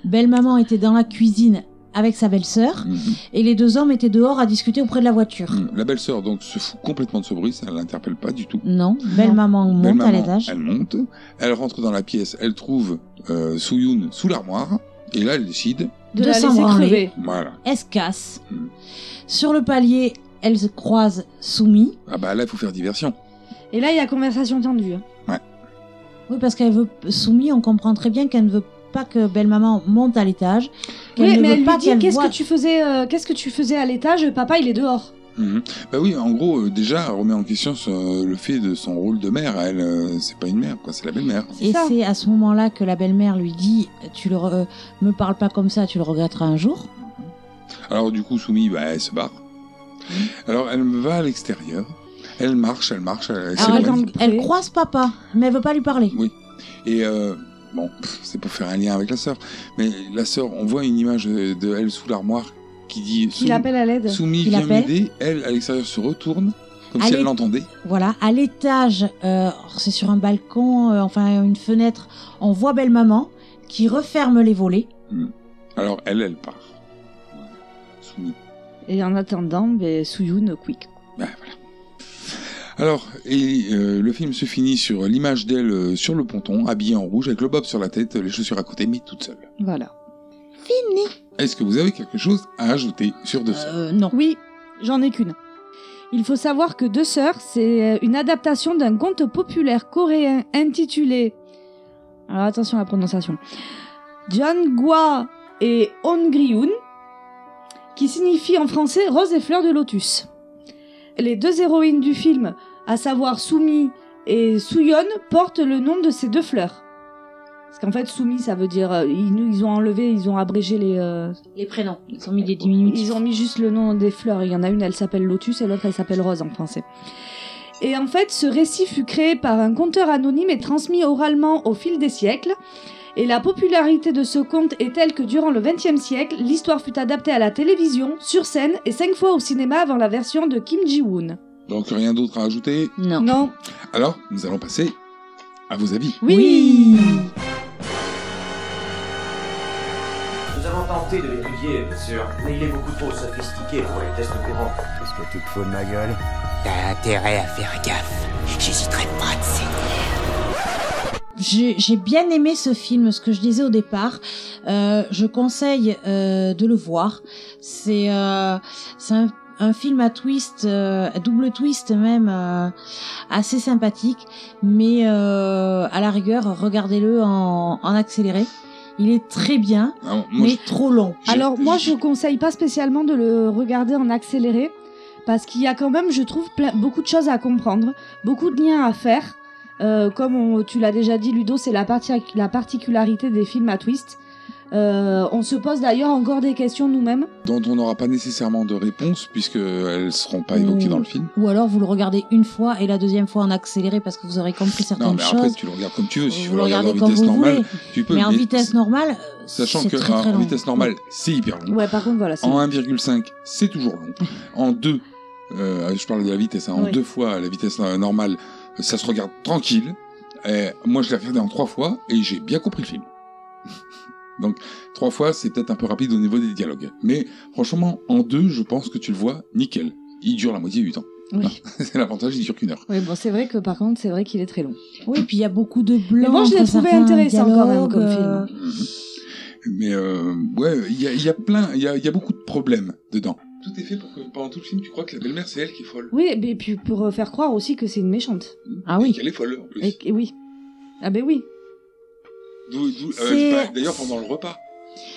Belle maman était dans la cuisine avec sa belle-sœur Mhm. et les deux hommes étaient dehors à discuter auprès de la voiture. Mm. *laughs* La belle-sœur donc se fout complètement de ce bruit, ça l'interpelle pas du tout. Non, belle maman monte Belle à maman, l'étage. Elle monte, elle rentre dans la pièce, elle trouve euh, Sooyoon sous l'armoire, et là elle décide, De, De la s'en laisser branler. crever. voilà. Elle se casse. Mm. Sur le palier, elle se croise Soumi. Ah bah là il faut faire diversion. Et là, il y a conversation tendue. hein. Oui, parce qu'elle veut Soumi, on comprend très bien qu'elle ne veut pas que belle maman monte à l'étage. qu'elle Oui, ne mais veut elle pas lui dit qu'elle qu'est-ce voie- que tu faisais, euh, qu'est-ce que tu faisais à l'étage Papa, il est dehors. Mhm. Bah oui, en gros, euh, déjà, elle remet en question ce- le fait de son rôle de mère. Elle, euh, c'est pas une mère, quoi, c'est la belle-mère. C'est Et ça. c'est à ce moment-là que la belle-mère lui dit "Tu le re- euh, me parles pas comme ça, tu le regretteras un jour." Alors du coup, Soumi, bah, elle se barre. Alors elle va à l'extérieur, elle marche, elle marche, elle, elle Alors, elle, s'éloigne. dans le elle pré. croise papa, mais elle veut pas lui parler. Oui. Et euh, bon, pff, c'est pour faire un lien avec la sœur. Mais la sœur, on voit une image euh, de elle sous l'armoire qui dit Il Soumi- appelle à l'aide. Soumi Il vient appelle. m'aider, elle à l'extérieur se retourne, comme Allez. si elle l'entendait. Voilà, à l'étage, euh, c'est sur un balcon, euh, enfin une fenêtre, on voit belle maman qui referme les volets. Alors elle, elle part. Voilà. Soumi. Et en attendant, ben, Suyun, quick. Ben, voilà. Alors, et, euh, le film se finit sur l'image d'elle euh, sur le ponton, habillée en rouge, avec le bob sur la tête, les chaussures à côté, mais toute seule. Voilà. Est-ce que vous avez quelque chose à ajouter sur De Sœurs Euh, non. Oui, j'en ai qu'une. Il faut savoir que Deux Sœurs, c'est euh, une adaptation d'un conte populaire coréen intitulé. Alors attention à la prononciation. Jangwa et Ongryun, qui signifie en français Rose et Fleur de Lotus. Les deux héroïnes du film, à savoir Sumi et Suyeon, portent le nom de ces deux fleurs. Parce qu'en fait, Sumi, ça veut dire. euh, Ils, ils ont enlevé, ils ont abrégé les. euh, Les prénoms, ils ont mis des diminutifs. ils ont mis juste le nom des fleurs. Il y en a une, elle s'appelle Lotus et l'autre, elle s'appelle Rose en français. Et en fait, ce récit fut créé par un conteur anonyme et transmis oralement au fil des siècles. Et la popularité de ce conte est telle que durant le XXe siècle, l'histoire fut adaptée à la télévision, sur scène et cinq fois au cinéma avant la version de Kim Ji-woon. Donc rien d'autre à ajouter. Non. Non. Alors, nous allons passer à vos avis. Oui. Nous avons tenté de l'étudier, bien sûr, mais il est beaucoup trop sophistiqué pour les tests courants. Qu'est-ce que tu te fous de ma gueule T'as intérêt à faire gaffe. J'hésiterai pas de J'ai j'ai bien aimé ce film, ce que je disais au départ. Euh, je conseille euh, de le voir. C'est euh, c'est un, un film à twist, euh, à double twist même, euh, assez sympathique. Mais euh, à la rigueur, regardez-le en, en accéléré. Il est très bien, Alors, moi, mais trop long. je- Alors moi je je- conseille pas spécialement de le regarder en accéléré parce qu'il y a quand même je trouve plein- beaucoup de choses à comprendre, beaucoup de liens à faire. Euh, comme on- tu l'as déjà dit Ludo, c'est la, parti- la particularité des films à twist. Euh, on se pose d'ailleurs encore des questions nous-mêmes. dont on n'aura pas nécessairement de réponse, puisqu'elles ne seront pas évoquées Ou- dans le film. Ou alors vous le regardez une fois et la deuxième fois en accéléré parce que vous aurez compris certaines Non, mais après, choses. tu le regardes comme tu veux. Si tu vous veux le le regarder en regardez quand vitesse vous normale, voulez. tu peux. Mais en vitesse normale, euh, Sachant c'est que très, en- très en long. vitesse normale, c'est hyper long. Ouais, par contre voilà, c'est En 1,5, c'est toujours long. En 2, euh, je parle de la vitesse, hein, en Oui. deux fois, la vitesse euh, normale, ça se regarde tranquille. Euh, moi, je l'ai regardé en trois fois et j'ai bien compris le film. *laughs* Donc, trois fois, c'est peut-être un peu rapide au niveau des dialogues. Mais franchement, en deux, je pense que tu le vois nickel. Il dure la moitié du temps. Oui. *laughs* c'est l'avantage, il dure qu'une heure. Oui, bon, c'est vrai que par contre, c'est vrai qu'il est très long. Oui, puis il y a beaucoup de blancs. moi, je l'ai entre trouvé certains intéressant quand même dialogues, comme film. euh, Mais euh, ouais, il y a, il y a plein, il y a, il y a beaucoup de problèmes dedans. tout est fait pour que pendant tout le film, tu crois que la belle-mère, c'est elle qui est folle. Oui, mais puis pour euh, faire croire aussi que c'est une méchante. Ah Et oui. qu'elle est folle, en plus. Et, et oui. Ah ben oui. D'où- d'où- euh, C'est- bah, D'ailleurs, pendant le repas.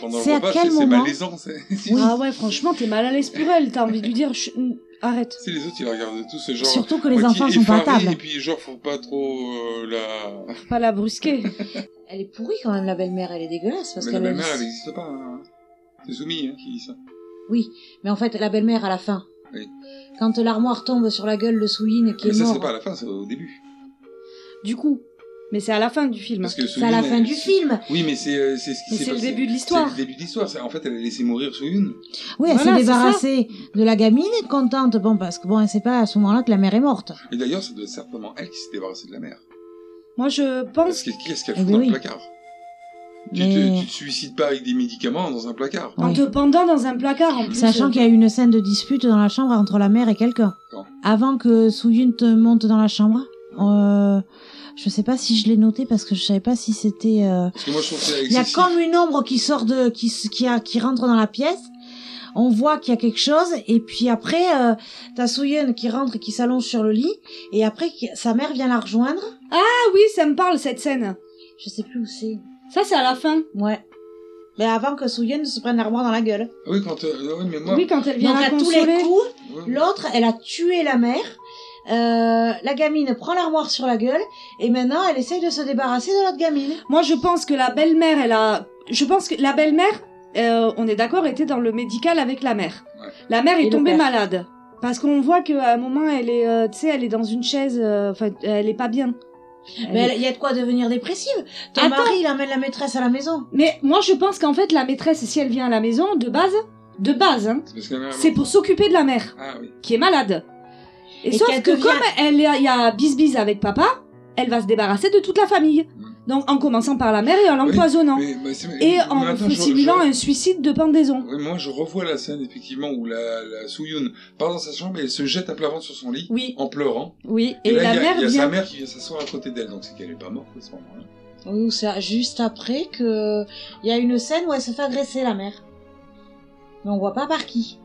Pendant C'est le à repas, quel c'est c'est moment malaisant. C'est *laughs* Ah ouais, franchement, t'es mal à l'aise pour elle. T'as envie de lui dire, Chut, n- arrête. c'est les autres, ils la regardent tous ce genre. Surtout que les moitié enfants sont pas à effarés, table. Et puis, genre, faut pas trop euh, la. Faut Pas la brusquer. Elle est pourrie quand même, la belle-mère, elle est dégueulasse. Parce Mais la qu'elle belle-mère, elle n'existe pas. hein. C'est Soumis hein, qui dit ça. Oui, mais en fait, la belle-mère, à la fin, Oui. quand l'armoire tombe sur la gueule de Souline qui Mais est ça, mort, c'est pas à la fin, c'est au début. Du coup. Mais c'est à la fin du film. Parce que c'est à la Soyun, fin elle- du film. Oui, mais c'est euh, c'est ce qui Mais s'est c'est le passé. début de l'histoire. C'est le début de l'histoire. c'est- En fait, elle a laissé mourir Soyun. Oui, Voilà, elle s'est c'est ça. débarrassée de la gamine, contente, bon, parce que bon, c'est pas à ce moment-là que la mère est morte. Et d'ailleurs, ça doit être certainement elle qui s'est débarrassée de la mère. Moi, je Parce pense. que qui est-ce qu'elle Eh fout ben dans Oh. oui. le placard tu, te, Mais- tu te suicides pas avec des médicaments dans un placard. En Oui. te pendant dans un placard, en plus. Sachant qu'il y a eu une scène de dispute dans la chambre entre la mère et quelqu'un. Quand Avant que Souyun te monte dans la chambre, euh, je sais pas si je l'ai noté parce que je savais pas si c'était. euh, Parce que moi, je trouve que c'est Il y a excessif. comme une ombre qui sort de, qui, s- qui, a, qui rentre dans la pièce. On voit qu'il y a quelque chose, et puis après, euh, t'as Souyun qui rentre et qui s'allonge sur le lit, et après, qui- sa mère vient la rejoindre. Ah oui, ça me parle cette scène. Je sais plus où c'est. Ça, c'est à la fin. Ouais. Mais avant que Souyun ne se prenne l'armoire dans la gueule. Ah Oui, quand. euh, oui, mais moi. Oui, quand elle vient Donc la à tous consoler. les coups, ouais, mais- l'autre, elle a tué la mère. Euh, la gamine prend l'armoire sur la gueule, et maintenant, elle essaye de se débarrasser de l'autre gamine. Moi, je pense que la belle-mère, elle a. Je pense que la belle-mère, euh, on est d'accord, était dans le médical avec la mère. Ouais. La mère Et est le tombée père. malade. Parce qu'on voit qu'à un moment, elle est, euh, tu sais, elle est dans une chaise. euh, Enfin, elle est pas bien. Elle Mais est- il y a de quoi devenir dépressive. Ton Attends. mari, il emmène la maîtresse à la maison. Mais moi, je pense qu'en fait, la maîtresse, si elle vient à la maison, de base, de base, hein, C'est parce que la mère. c'est pour s'occuper de la mère, Ah oui. qui est malade. Et, Et sauf qu'elle que devient- comme elle est- il y a bis-bis avec papa, elle va se débarrasser de toute la famille. Mm. Donc, en commençant par la mère et en l'empoisonnant. Mais, bah, c'est- Et mais en attends, je- simulant je- un suicide de pendaison. Oui, moi, je revois la scène, effectivement, où la, la Souyun part dans sa chambre et elle se jette à plat ventre sur son lit, Oui, en pleurant. oui. Et, là, la il y a, mère il y a vient. sa mère qui vient s'asseoir à côté d'elle, donc c'est qu'elle est pas morte à ce moment-là. Oui, ou c'est juste après que il y a une scène où elle se fait agresser la mère. Mais on voit pas par qui.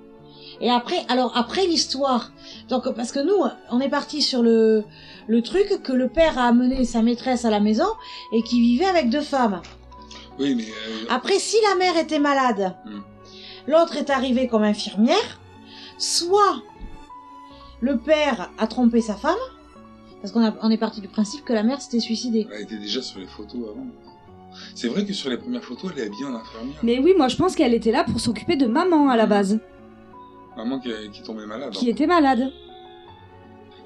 Et après, alors après l'histoire. Donc parce que nous, on est parti sur le le truc que le père a amené sa maîtresse à la maison et qui vivait avec deux femmes. Oui, mais. euh, Ah. Après, si la mère était malade, Hmm. l'autre est arrivée comme infirmière, soit le père a trompé sa femme, parce qu'on a- on est parti du principe que la mère s'était suicidée. Elle était déjà sur les photos avant. C'est vrai que sur les premières photos, elle est habillée en infirmière. Mais oui, moi je pense qu'elle était là pour s'occuper de maman Mm. à la base, Maman qui, qui est tombée malade. qui hein. était malade,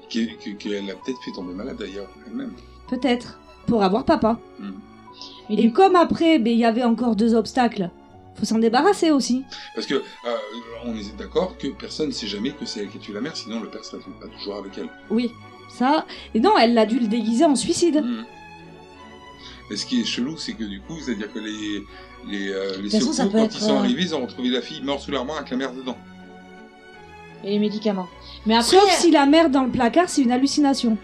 Qui- qui- Qu'elle a peut-être fait tomber malade d'ailleurs, elle-même. peut-être, pour avoir papa. Mhm. Mais Et comme après, ben, il y avait encore deux obstacles, faut s'en débarrasser aussi. Parce que, euh, on est d'accord que personne ne sait jamais que c'est elle qui a tué la mère, sinon le père serait pas toujours avec elle. Oui, ça. Et non, elle l'a dû le déguiser en suicide. Mhm. Et ce qui est chelou, c'est que du coup, c'est-à-dire que les, les, euh, les toute façon, secours, ça peut quand être, ils sont euh, arrivés, ils ont retrouvé la fille morte sous l'armoire avec la mère dedans. Et les médicaments. Mais après, Sauf si la mère dans le placard, c'est une hallucination.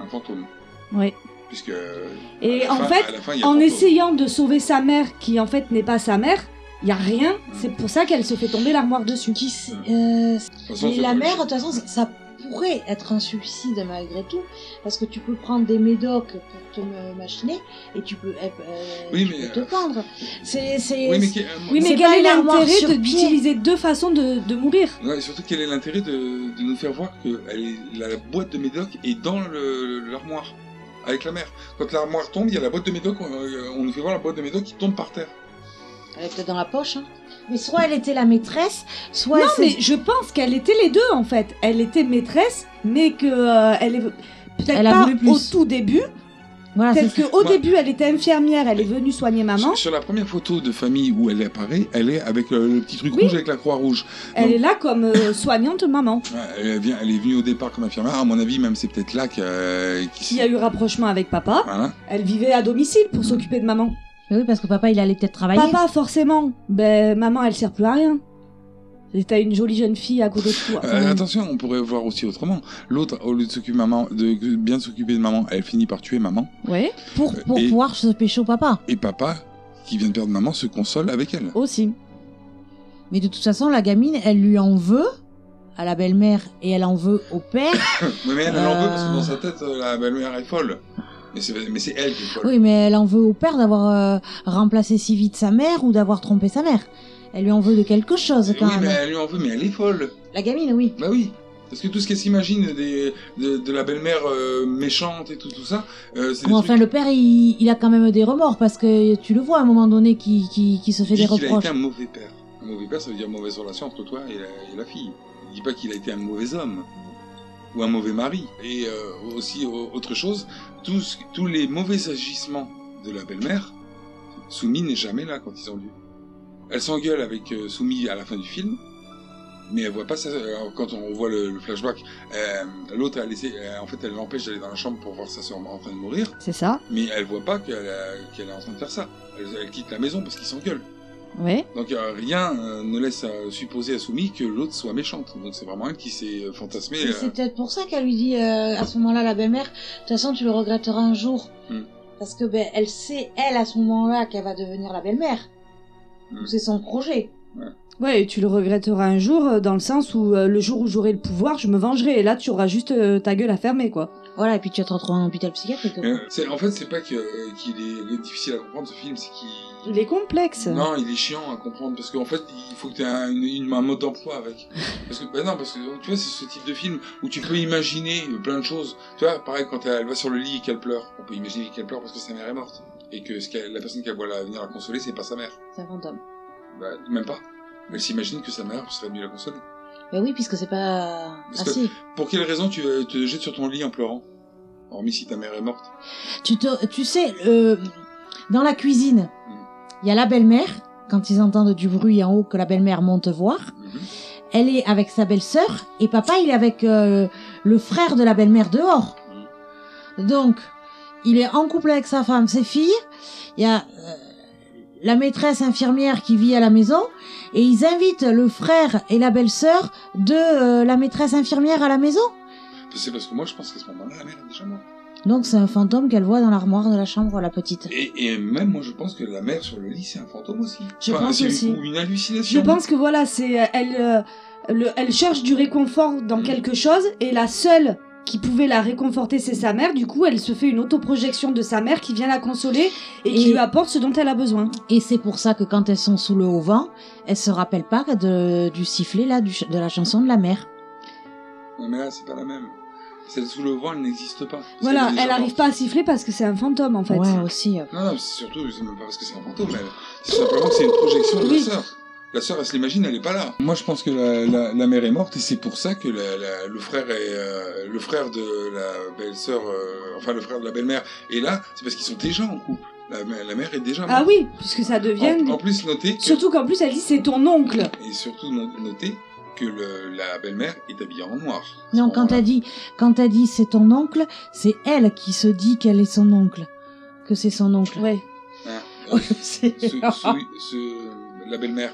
Un fantôme. Ouais. Puisque. euh, Et à la en fin- fait, à la fin, il y a En fantôme. essayant de sauver sa mère, qui en fait n'est pas sa mère, il y a rien. C'est pour ça qu'elle se fait tomber l'armoire dessus. qui sait- euh, De toute façon, mais Hmm. c'est la pas- mère, de toute façon, ça, ça pourrait être un suicide malgré tout, parce que tu peux prendre des médocs pour te me- machiner et tu peux, euh, euh, Oui, tu mais, peux euh, te pendre. C'est, c'est. Oui, mais, qui- euh, Oui, mais C'est quel pas est une armoire sur l'intérêt de- pied. d'utiliser deux façons de, de mourir Ouais, et surtout, quel est l'intérêt de, de nous faire voir que elle est- la boîte de médoc est dans le- l'armoire, avec la mère Quand l'armoire tombe, il y a la boîte de médoc, on, euh, on nous fait voir la boîte de médoc qui tombe par terre. Elle est peut-être dans la poche. Hein. Mais soit elle était la maîtresse, soit Non, elle mais s'est- je pense qu'elle était les deux en fait. Elle était maîtresse, mais que euh, elle est peut-être Elle a pas voulu plus. au tout début. voilà, Peut-être c'est- qu'au au Moi- début, elle était infirmière, elle est venue soigner maman. Sur, sur la première photo de famille où elle apparaît, elle est avec euh, le petit truc Oui. rouge avec la croix rouge. Elle Donc- est là comme euh, soignante maman. Ouais, Elle, vient, elle est venue au départ comme infirmière. À mon avis, même c'est peut-être là que- qu'il Qui a eu rapprochement avec papa. Voilà. Elle vivait à domicile pour s'occuper de maman. Mais oui, parce que papa, il allait peut-être travailler. Papa, forcément. Ben, maman, elle sert plus à rien. Et T'as une jolie jeune fille à côté de toi. quand Euh, même. attention, on pourrait voir aussi autrement. L'autre, au lieu de s'occuper de maman, de bien s'occuper de maman, elle finit par tuer maman. Ouais, pour pour Et- pouvoir se pécho papa. Et papa, qui vient de perdre maman, se console avec elle. aussi. Mais de toute façon, la gamine, elle lui en veut à la belle-mère et elle en veut au père. *coughs* Oui, mais elle, elle en veut parce que Euh. dans sa tête, euh, la belle-mère est folle. Mais c'est mais c'est elle qui est folle. Oui, mais elle en veut au père d'avoir euh, remplacé si vite sa mère ou d'avoir trompé sa mère. Elle lui en veut de quelque chose Et quand oui, mais même. elle lui en veut, mais elle est folle. La gamine, oui. Bah oui. Parce que tout ce qu'elle s'imagine des, de, de la belle-mère euh, méchante et tout, tout ça, euh, c'est des Bon, enfin, le père, il, il a quand même des remords parce que tu le vois à un moment donné qui, qui, qui se fait trucs des dit qu'il a reproches. été un mauvais père. Un mauvais père, ça veut dire mauvaise relation entre toi et la, et la fille. Il dit pas qu'il a été un mauvais homme ou un mauvais mari. Et euh, aussi, au- autre chose, tous, tous les mauvais agissements de la belle-mère, Soumi n'est jamais là quand ils ont lieu. Elle s'engueule avec euh, Soumi à la fin du film, mais elle voit pas ça. alors, quand on voit le, le flashback, euh, l'autre a laissé, euh, en fait, elle l'empêche d'aller dans la chambre pour voir sa soeur en train de mourir. C'est ça Mais elle voit pas qu'elle a- qu'elle est en train de faire ça. Elle, elle quitte la maison parce qu'ils s'engueulent. Ouais. Donc euh, rien euh, ne laisse à supposer à Soumi que l'autre soit méchante. Donc c'est vraiment elle qui s'est euh, fantasmée. Et euh, C'est peut-être pour ça qu'elle lui dit euh, à ce moment-là la belle-mère, de toute façon tu le regretteras un jour. Hmm. Parce que ben, elle sait, elle, à ce moment-là, qu'elle va devenir la belle-mère. Hmm. C'est son projet. Ouais, et tu le regretteras un jour euh, dans le sens où euh, le jour où j'aurai le pouvoir, je me vengerai. Et là, tu auras juste euh, ta gueule à fermer, quoi. Voilà, et puis tu vas te retrouver en hôpital psychiatrique. euh, c'est- en fait, c'est pas que, euh, qu'il est, il est difficile à comprendre ce film, c'est qu'il. Il est complexe. Non, il est chiant à comprendre parce qu'en fait, il faut que tu aies un, une- une- un mode d'emploi avec. Parce que, bah non, parce que tu vois, c'est ce type de film où tu peux imaginer euh, plein de choses. Tu vois, pareil, quand elle va sur le lit et qu'elle pleure, on peut imaginer qu'elle pleure parce que sa mère est morte. Et que ce qu'elle- la personne qu'elle voit la- venir la consoler, c'est pas sa mère. C'est un fantôme. Bah, même pas. Elle s'imagine que sa mère serait venue la consoler. Ben oui, puisque c'est pas... Parce Ah que- si. Pour quelle raison tu euh, te jettes sur ton lit en pleurant Hormis si ta mère est morte. Tu, te- tu sais, euh, dans la cuisine, Hmm. il y a la belle-mère, quand ils entendent du bruit en haut que la belle-mère monte voir. Mhm. Elle est avec sa belle-sœur et papa, il est avec euh, le frère de la belle-mère dehors. Donc, il est en couple avec sa femme, ses filles. Il y a euh, la maîtresse infirmière qui vit à la maison et ils invitent le frère et la belle-sœur de euh, la maîtresse infirmière à la maison. C'est parce que moi je pense qu'à ce moment-là, la mère est déjà morte. Donc, c'est un fantôme qu'elle voit dans l'armoire de la chambre, la petite. Et, et même moi je pense que la mère sur le lit c'est un fantôme aussi. Je pense c'est aussi. Ou une hallucination. Je pense que voilà, c'est euh, elle, euh, le- elle cherche du réconfort Mm. dans quelque chose et la seule qui pouvait la réconforter, c'est sa mère. Du coup, elle se fait une autoprojection de sa mère qui vient la consoler et, qui Et- lui apporte ce dont elle a besoin. Et c'est pour ça que quand elles sont sous le haut vent, elles se rappellent pas de, du sifflet là, du ch- de la chanson de la mer. Ouais, Mais là c'est pas la même. Celle sous le vent elle n'existe pas. Parce Voilà, qu'elle est déjà elle arrive morte. pas à siffler parce que c'est un fantôme en fait. Ouais, aussi. euh. Non, non, c'est surtout c'est même pas parce que c'est un fantôme. elle. C'est simplement que c'est une projection de la sœur. La sœur, elle se l'imagine, elle est pas là. Moi, je pense que la, la- la mère est morte et c'est pour ça que la- la- le frère est, euh, le frère de la belle-sœur, euh, enfin le frère de la belle-mère est là. C'est parce qu'ils sont déjà en couple. La, mè- la mère est déjà morte. Ah oui, puisque ça devient. En, en plus, notez que- Surtout qu'en plus, elle dit c'est ton oncle. et surtout no- notez que le- la belle-mère est habillée en noir. Non, quand t'as dit, quand t'as dit c'est ton oncle, c'est elle qui se dit qu'elle est son oncle, que c'est son oncle. Ouais. Hein, euh, *laughs* C'est- ce- ce- ce- la belle-mère,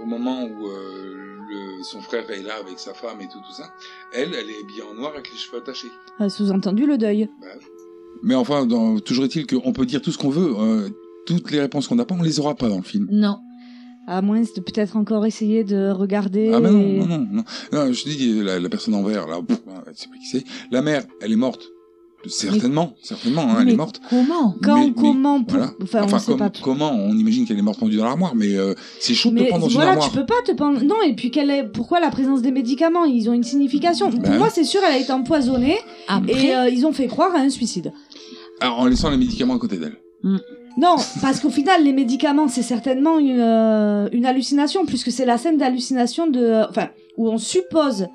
au moment où euh, le- son frère est là avec sa femme et tout, tout ça, elle, elle est habillée en noir avec les cheveux attachés. Ah, Sous-entendu le deuil. Mais enfin, dans- toujours est-il qu'on peut dire tout ce qu'on veut. euh, toutes les réponses qu'on n'a pas, on les aura pas dans le film. Non. À moins de peut-être encore essayer de regarder. Ah ben non, et- non, non, non. Non, je te dis, la, la personne en vert, là, pff, hein, elle sait pas qui c'est. La mère, elle est morte. Certainement, certainement, hein, elle Mais est morte. Comment Quand, Mais- mais- comment, pour- Voilà. enfin, on sait comme- pas. comment on imagine qu'elle est morte pendue dans l'armoire, mais euh, c'est chaud de te Mais prendre dans voilà, une tu armoire. peux pas te pendre. Non, et puis quelle est... pourquoi la présence des médicaments Ils ont une signification. Pour Ben. moi, c'est sûr, elle a été empoisonnée Après, et euh, ils ont fait croire à un suicide. Alors, en laissant les médicaments à côté d'elle. Non, parce qu'au final, les médicaments, c'est certainement une, euh, une hallucination, puisque c'est la scène d'hallucination de. euh, Enfin, où on suppose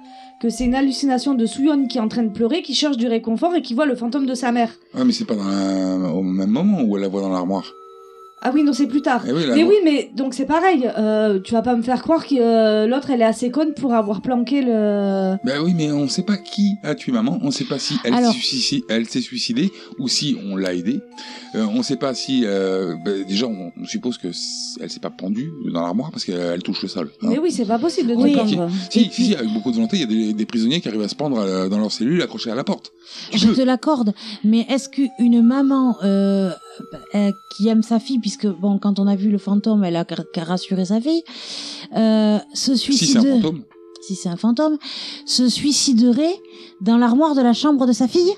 que c'est une hallucination de Souyon qui est en train de pleurer, qui cherche du réconfort et qui voit le fantôme de sa mère. Ouais, Ah, mais c'est pas dans la- au même moment où elle la voit dans l'armoire. Ah oui, non, c'est plus tard. Eh oui, la- Mais oui, mais donc c'est pareil. euh, tu vas pas me faire croire que euh, l'autre, elle est assez conne pour avoir planqué le. Ben oui, mais on sait pas qui a tué maman, on sait pas si elle Alors- s'est suicidée, elle s'est suicidée ou si on l'a aidée. Euh, on sait pas si euh, ben, déjà on, on suppose que s- elle s'est pas pendue dans l'armoire parce qu'elle elle touche le sol. hein. Mais oui, c'est pas possible de te Oui. pendre. Si, si, si, avec beaucoup de volonté, il y a des, des prisonniers qui arrivent à se pendre euh, à Ah, la- dans leur cellule accrochés à la porte. Tu je peux. te l'accorde, mais est-ce qu'une maman euh, euh, qui aime sa fille, puisque bon, quand on a vu le fantôme, elle a qu'à qu'à rassurer sa fille, euh, se Si c'est un suicide. fantôme. si c'est un fantôme, se suiciderait dans l'armoire de la chambre de sa fille.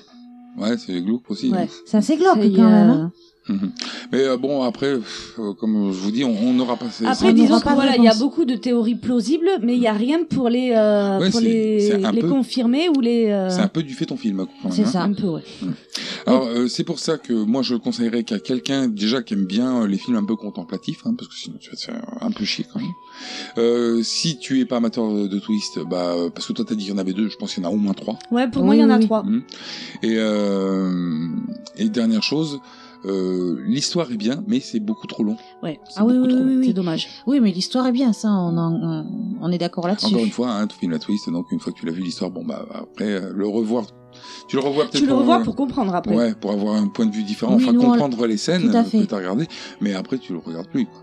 Ouais, c'est glauque aussi. Ouais. C'est assez glauque C'est, quand euh, même. hein. Mhm. Mais euh, bon, après, pff, euh, comme je vous dis, on on n'aura pas. c'est- Après, c'est- disons n'aura que pas de voilà, il y a réponse. beaucoup de théories plausibles, mais il n'y a rien pour les, euh, Ouais, pour c'est- les, c'est un les peu- confirmer ou les. euh, C'est un peu du fait ton film, quand même, C'est hein. ça. un peu, ouais. Alors euh, c'est pour ça que moi je le conseillerais qu'à quelqu'un déjà qui aime bien euh, les films un peu contemplatifs, hein, parce que sinon tu vas te faire un peu chier quand même. Euh, si tu es pas amateur de, de twist, bah euh, parce que toi t'as dit qu'il y en avait deux, je pense qu'il y en a au moins trois. Ouais, pour Oui, moi, il y en a oui, oui. trois. Et, euh, et dernière chose, euh, l'histoire est bien, mais c'est beaucoup trop long. Ouais. C'est Ah oui, beaucoup oui, trop long. oui, oui. C'est dommage. Oui, mais l'histoire est bien, ça, on, en- on- on est d'accord là-dessus. Encore une fois, hein, tout film la twist, donc une fois que tu l'as vu l'histoire, bon bah après euh, le revoir, tu le revois peut-être. Tu le pour, revois euh, pour comprendre après. Ouais, pour avoir un point de vue différent, Oui, enfin nous, on- comprendre les scènes Tout à euh, fait. que t'as regardées, mais après tu le regardes plus, quoi.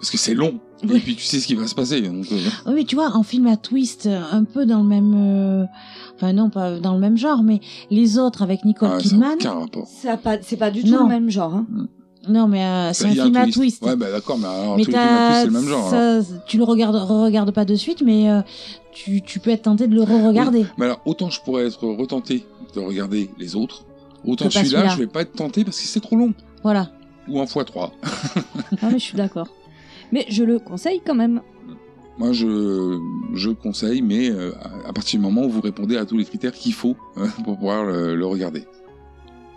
Parce que c'est long, et Oui. puis tu sais ce qui va se passer. Donc, euh, Oui, mais tu vois, en film à twist, euh, un peu dans le même, euh, enfin non, pas dans le même genre, mais les autres avec Nicole ah, ça n'a Kidman. aucun rapport. Ça a pas- C'est pas du tout Non. le même genre. hein. Non, mais euh, c'est un Il y a film à twist. Ouais, bah d'accord, mais alors mais tous les films à t'as- twist, c'est le même genre. hein. alors. ça, tu le regardes, regardes pas de suite, mais euh, tu, tu peux être tenté de le re-regarder. Mais alors, autant je pourrais être retenté de regarder les autres, autant Que pas celui-là, celui-là. je vais pas être tenté parce que c'est trop long. Voilà. Ou en x3. Ah, mais je suis d'accord. Mais je le conseille quand même. Moi, je, je conseille, mais euh, à- à partir du moment où vous répondez à tous les critères qu'il faut euh, pour pouvoir le, le regarder.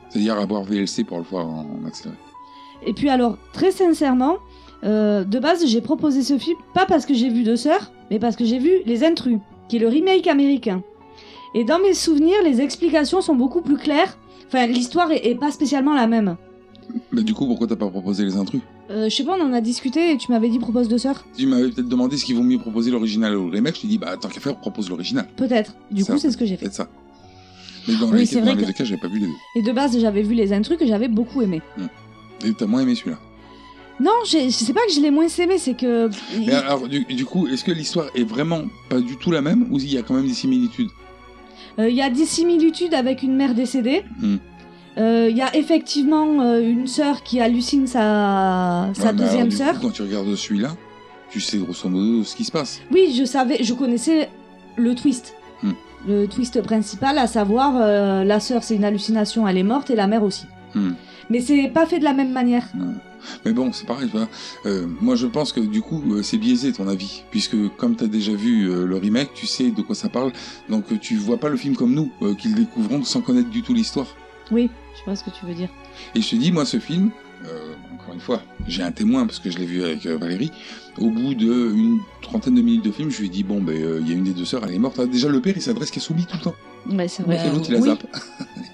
C'est-à-dire avoir VLC pour le voir en, en accéléré. Et puis alors, très sincèrement, euh, de base, j'ai proposé ce film pas parce que j'ai vu Deux Sœurs, mais parce que j'ai vu Les Intrus, qui est le remake américain. Et dans mes souvenirs, les explications sont beaucoup plus claires. Enfin, l'histoire est, est pas spécialement la même. Mais Bah, du coup, pourquoi t'as pas proposé les intrus Euh, je sais pas, on en a discuté et tu m'avais dit propose Deux Sœurs Tu m'avais peut-être demandé ce qu'ils vont mieux proposer l'original ou le remake. Je t'ai dit, bah tant qu'à faire, propose l'original. Peut-être. Du Ça. coup, c'est ce que j'ai fait. Peut-être ça. Mais dans, Oui, les, c'est dans vrai les que- deux cas, j'avais pas vu les deux. Et de base, j'avais vu Les Intrus que j'avais beaucoup aimé. Et t'as moins aimé celui-là. Non, j'ai- je sais pas que je l'ai moins aimé, c'est que. Mais euh, alors, du, du coup, est-ce que l'histoire est vraiment pas du tout la même ou il y a quand même des similitudes Euh, Il y a des similitudes avec une mère décédée. Hmm. Euh, Il y a effectivement euh, une sœur qui hallucine sa, sa Ouais, Ah, mais euh, alors, deuxième du sœur. coup, Quand tu regardes celui-là, tu sais grosso modo ce qui se passe. Oui, je savais, je connaissais le twist. Hmm. Le twist principal, à savoir euh, la sœur c'est une hallucination, elle est morte et la mère aussi. Hmm. Mais c'est pas fait de la même manière. Mais bon, c'est pareil, tu vois. Euh, moi, je pense que du coup, euh, c'est biaisé ton avis, puisque comme t'as déjà vu euh, le remake, tu sais de quoi ça parle, donc euh, tu vois pas le film comme nous, euh, qu'ils découvrons sans connaître du tout l'histoire. Oui, je vois ce que tu veux dire. Et je te dis, moi, ce film, euh, encore une fois, j'ai un témoin parce que je l'ai vu avec euh, Valérie. Au bout d'une trentaine de minutes de film, je lui ai dit, bon, ben, euh, il y a une des deux sœurs, elle est morte. Ah, déjà, le père, il s'adresse qu'à Soubi tout le temps. *laughs* Ouais, c'est vrai. vrai. Euh, et l'autre, il la oui. zappe.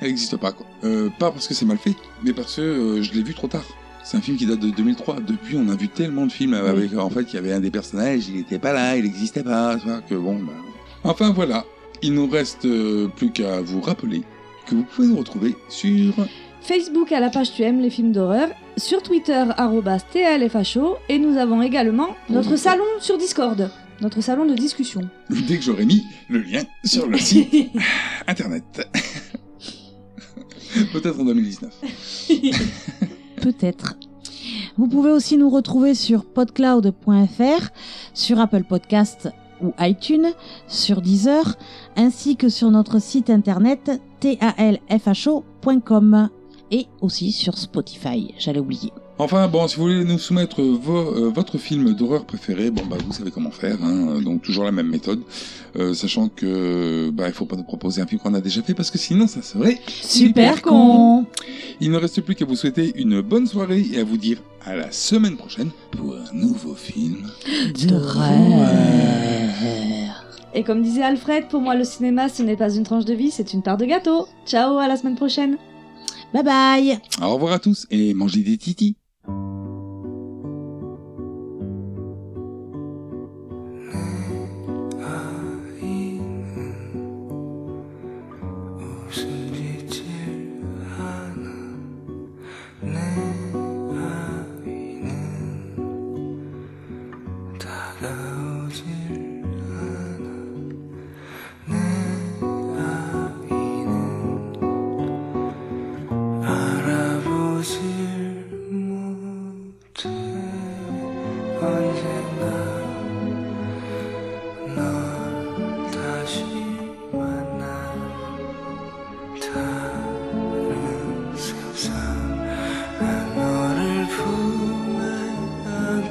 elle n'existe pas, quoi. Euh, pas parce que c'est mal fait, mais parce que euh, je l'ai vu trop tard. C'est un film qui date de 2003. Depuis, on a vu tellement de films avec, en fait, il y avait un des personnages, il n'était pas là, il n'existait pas, tu vois, que bon, ben... Enfin, voilà. Il nous reste euh, plus qu'à vous rappeler que vous pouvez nous retrouver sur Facebook à la page Tu aimes les films d'horreur, sur Twitter arrobas TLFHO et nous avons également notre salon sur Discord, notre salon de discussion. dès que j'aurai mis le lien sur *laughs* le site internet. *laughs* Peut-être en 2019. Peut-être. Vous pouvez aussi nous retrouver sur podcloud.fr, sur Apple Podcast ou iTunes, sur Deezer, ainsi que sur notre site internet talfho.com et aussi sur Spotify, j'allais oublier. Enfin, bon, si vous voulez nous soumettre vos- euh, votre film d'horreur préféré, bon, bah, vous savez comment faire, hein, euh, donc toujours la même méthode, Euh, sachant que, bah, il faut pas nous proposer un film qu'on a déjà fait, parce que sinon, ça serait Super con. Il ne reste plus qu'à vous souhaiter une bonne soirée et à vous dire à la semaine prochaine pour un nouveau film. De rêve. Et comme disait Alfred, pour moi le cinéma ce n'est pas une tranche de vie, c'est une part de gâteau. Ciao, à la semaine prochaine. Bye bye Au revoir à tous et mangez des titis. 알아보질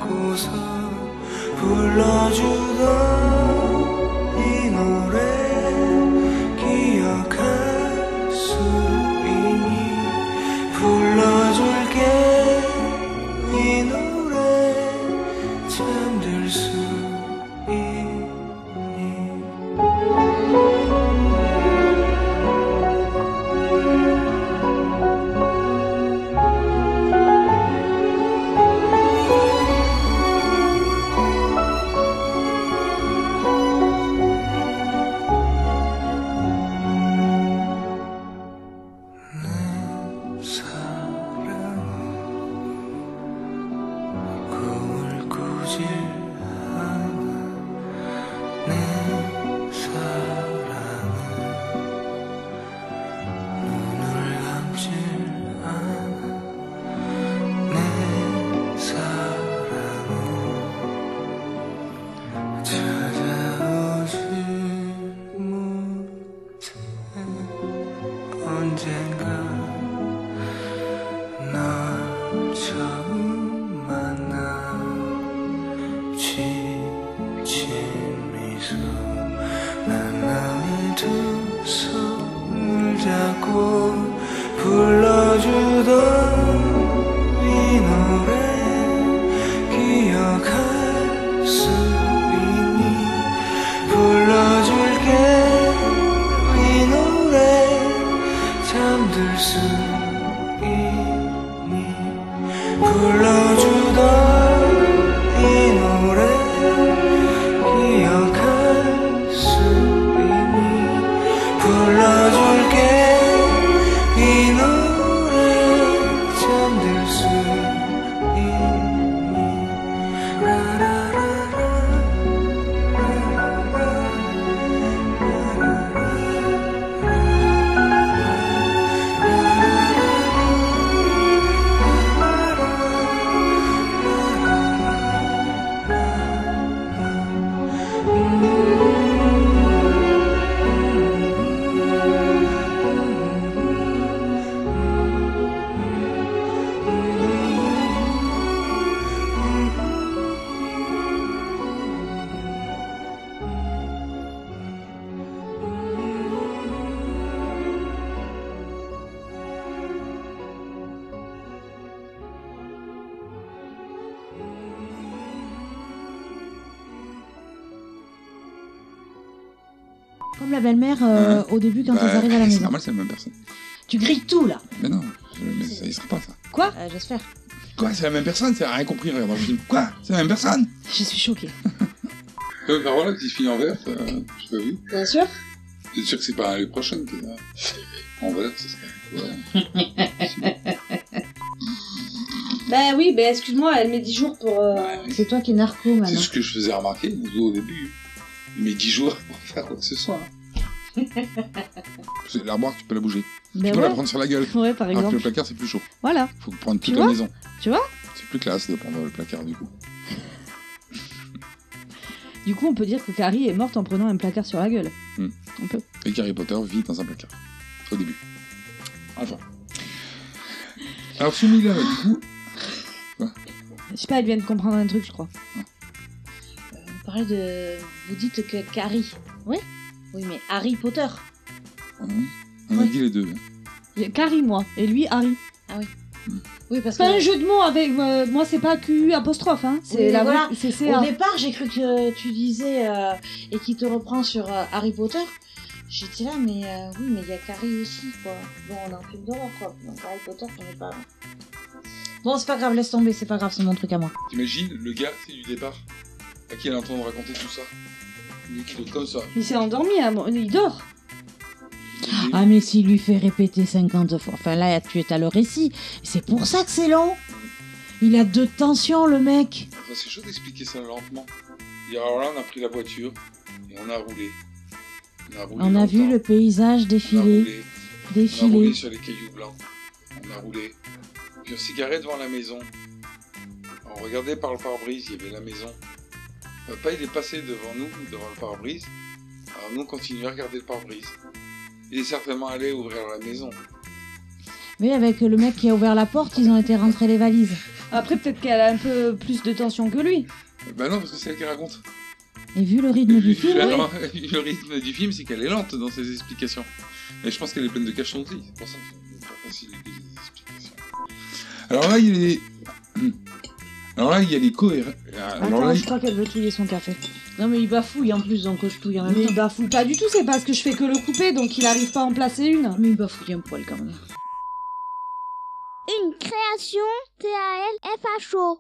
가서 불러주던 이 노래 기억할 수 있니 불러줄게 이 노래 잠들 수 있니 사랑은 꿈을 꾸질 않아 내 사랑은 눈을 감질 않아 내 사랑은 찾아오지 못해 언젠가 널 처음 만나 지친 미소 난 나의 두 손을 잡고 불러주던 이 노래 기억할 수 있니 불러줄게 이 노래 잠들 수 있니 불러주던 이 노래 기억할 수 있니 불러줄게 이 노래 잠들 수 있니 Comme la belle-mère euh, Hein au début quand Bah, ils arrivent à la C'est maison. normal, c'est la même personne. Tu grilles tout là Mais non, je- mais ça y sera pas ça. Quoi Euh, J'espère. Quoi, c'est la même personne C'est rien compris, regarde dans le film. Quoi C'est la même personne Je suis choquée. Euh, bah voilà, petite fille en vert, euh, j'ai pas vu. Bien sûr. C'est sûr que c'est pas l'année prochaine que ça. En vert, c'est ça. Bah oui, bah excuse-moi, elle met 10 jours pour. euh, C'est toi qui es narco maintenant. C'est ce que je faisais remarquer au début. Mais 10 jours pour faire quoi que ce soit. hein. C'est- L'armoire, tu peux la bouger. Ben tu peux ouais. la prendre sur la gueule. Ouais, par Alors que exemple. le placard, c'est plus chaud. Voilà. Faut prendre Tu toute la vois maison. Tu vois C'est plus classe de prendre le placard du coup. Du coup, on peut dire que Carrie est morte en prenant un placard sur la gueule. Hmm. On peut. Et Harry Potter vit dans un placard. Au début. Enfin. Alors celui-là, du coup, Je sais pas, elle vient de comprendre un truc, je crois. Vous parlez de. Vous dites que Carrie. Oui Oui, mais Harry Potter. hein, on a dit les deux. hein. Carrie, moi, et lui, Harry. Ah oui. Oui, parce C'est pas que- un jeu de mots avec. euh, moi, c'est pas QU apostrophe, hein. Oui, C'est mais la voilà. C'est Au CA. départ, j'ai cru que tu disais euh, et qu'il te reprend sur euh, Harry Potter. J'étais là, mais euh, oui, mais il y a Carrie aussi, quoi. Bon, on a un film d'horreur, quoi. Donc Harry Potter, on n'est pas. Bon, c'est pas grave, laisse tomber, c'est pas grave, c'est mon truc à moi. T'imagines le gars, c'est du départ, à qui elle entend raconter tout ça. Lui qui le comme ça. Il s'est endormi, hein, bon, il dort. Ah, mais s'il lui fait répéter 50 fois. Enfin, là, tu es à le récit. C'est pour ça que c'est long. Il a deux tensions, le mec. Enfin, c'est chaud d'expliquer ça lentement. Et alors là, on a pris la voiture et on a roulé. On a roulé. On a vu le paysage défiler. On a roulé Défiler. sur les cailloux blancs. On a roulé. Puis on s'est garé devant la maison. On regardait par le pare-brise, il y avait la maison. Papa, il est passé devant nous, devant le pare-brise. Alors nous, on continuait à regarder le pare-brise. Il est certainement allé ouvrir la maison. Mais avec le mec qui a ouvert la porte, ils ont été rentrés les valises. Après, peut-être qu'elle a un peu plus de tension que lui. Bah non, parce que c'est elle qui raconte. Et vu le *laughs* rythme du film, oui. Alors, le rythme du film, c'est qu'elle est lente dans ses explications. Et je pense qu'elle est pleine de cachons aussi. C'est pour ça que c'est pas facile de donner des explications. Alors là, il est. Hmm. Alors là, il y a les cohérents. Alors Attends, là, je crois qu'elle veut touiller son café. Non mais il bafouille en plus, donc je touille en même Mais temps. il bafouille pas du tout, c'est parce que je fais que le couper, donc il arrive pas à en placer une. Mais il bafouille un poil quand même. Une création TALFHO.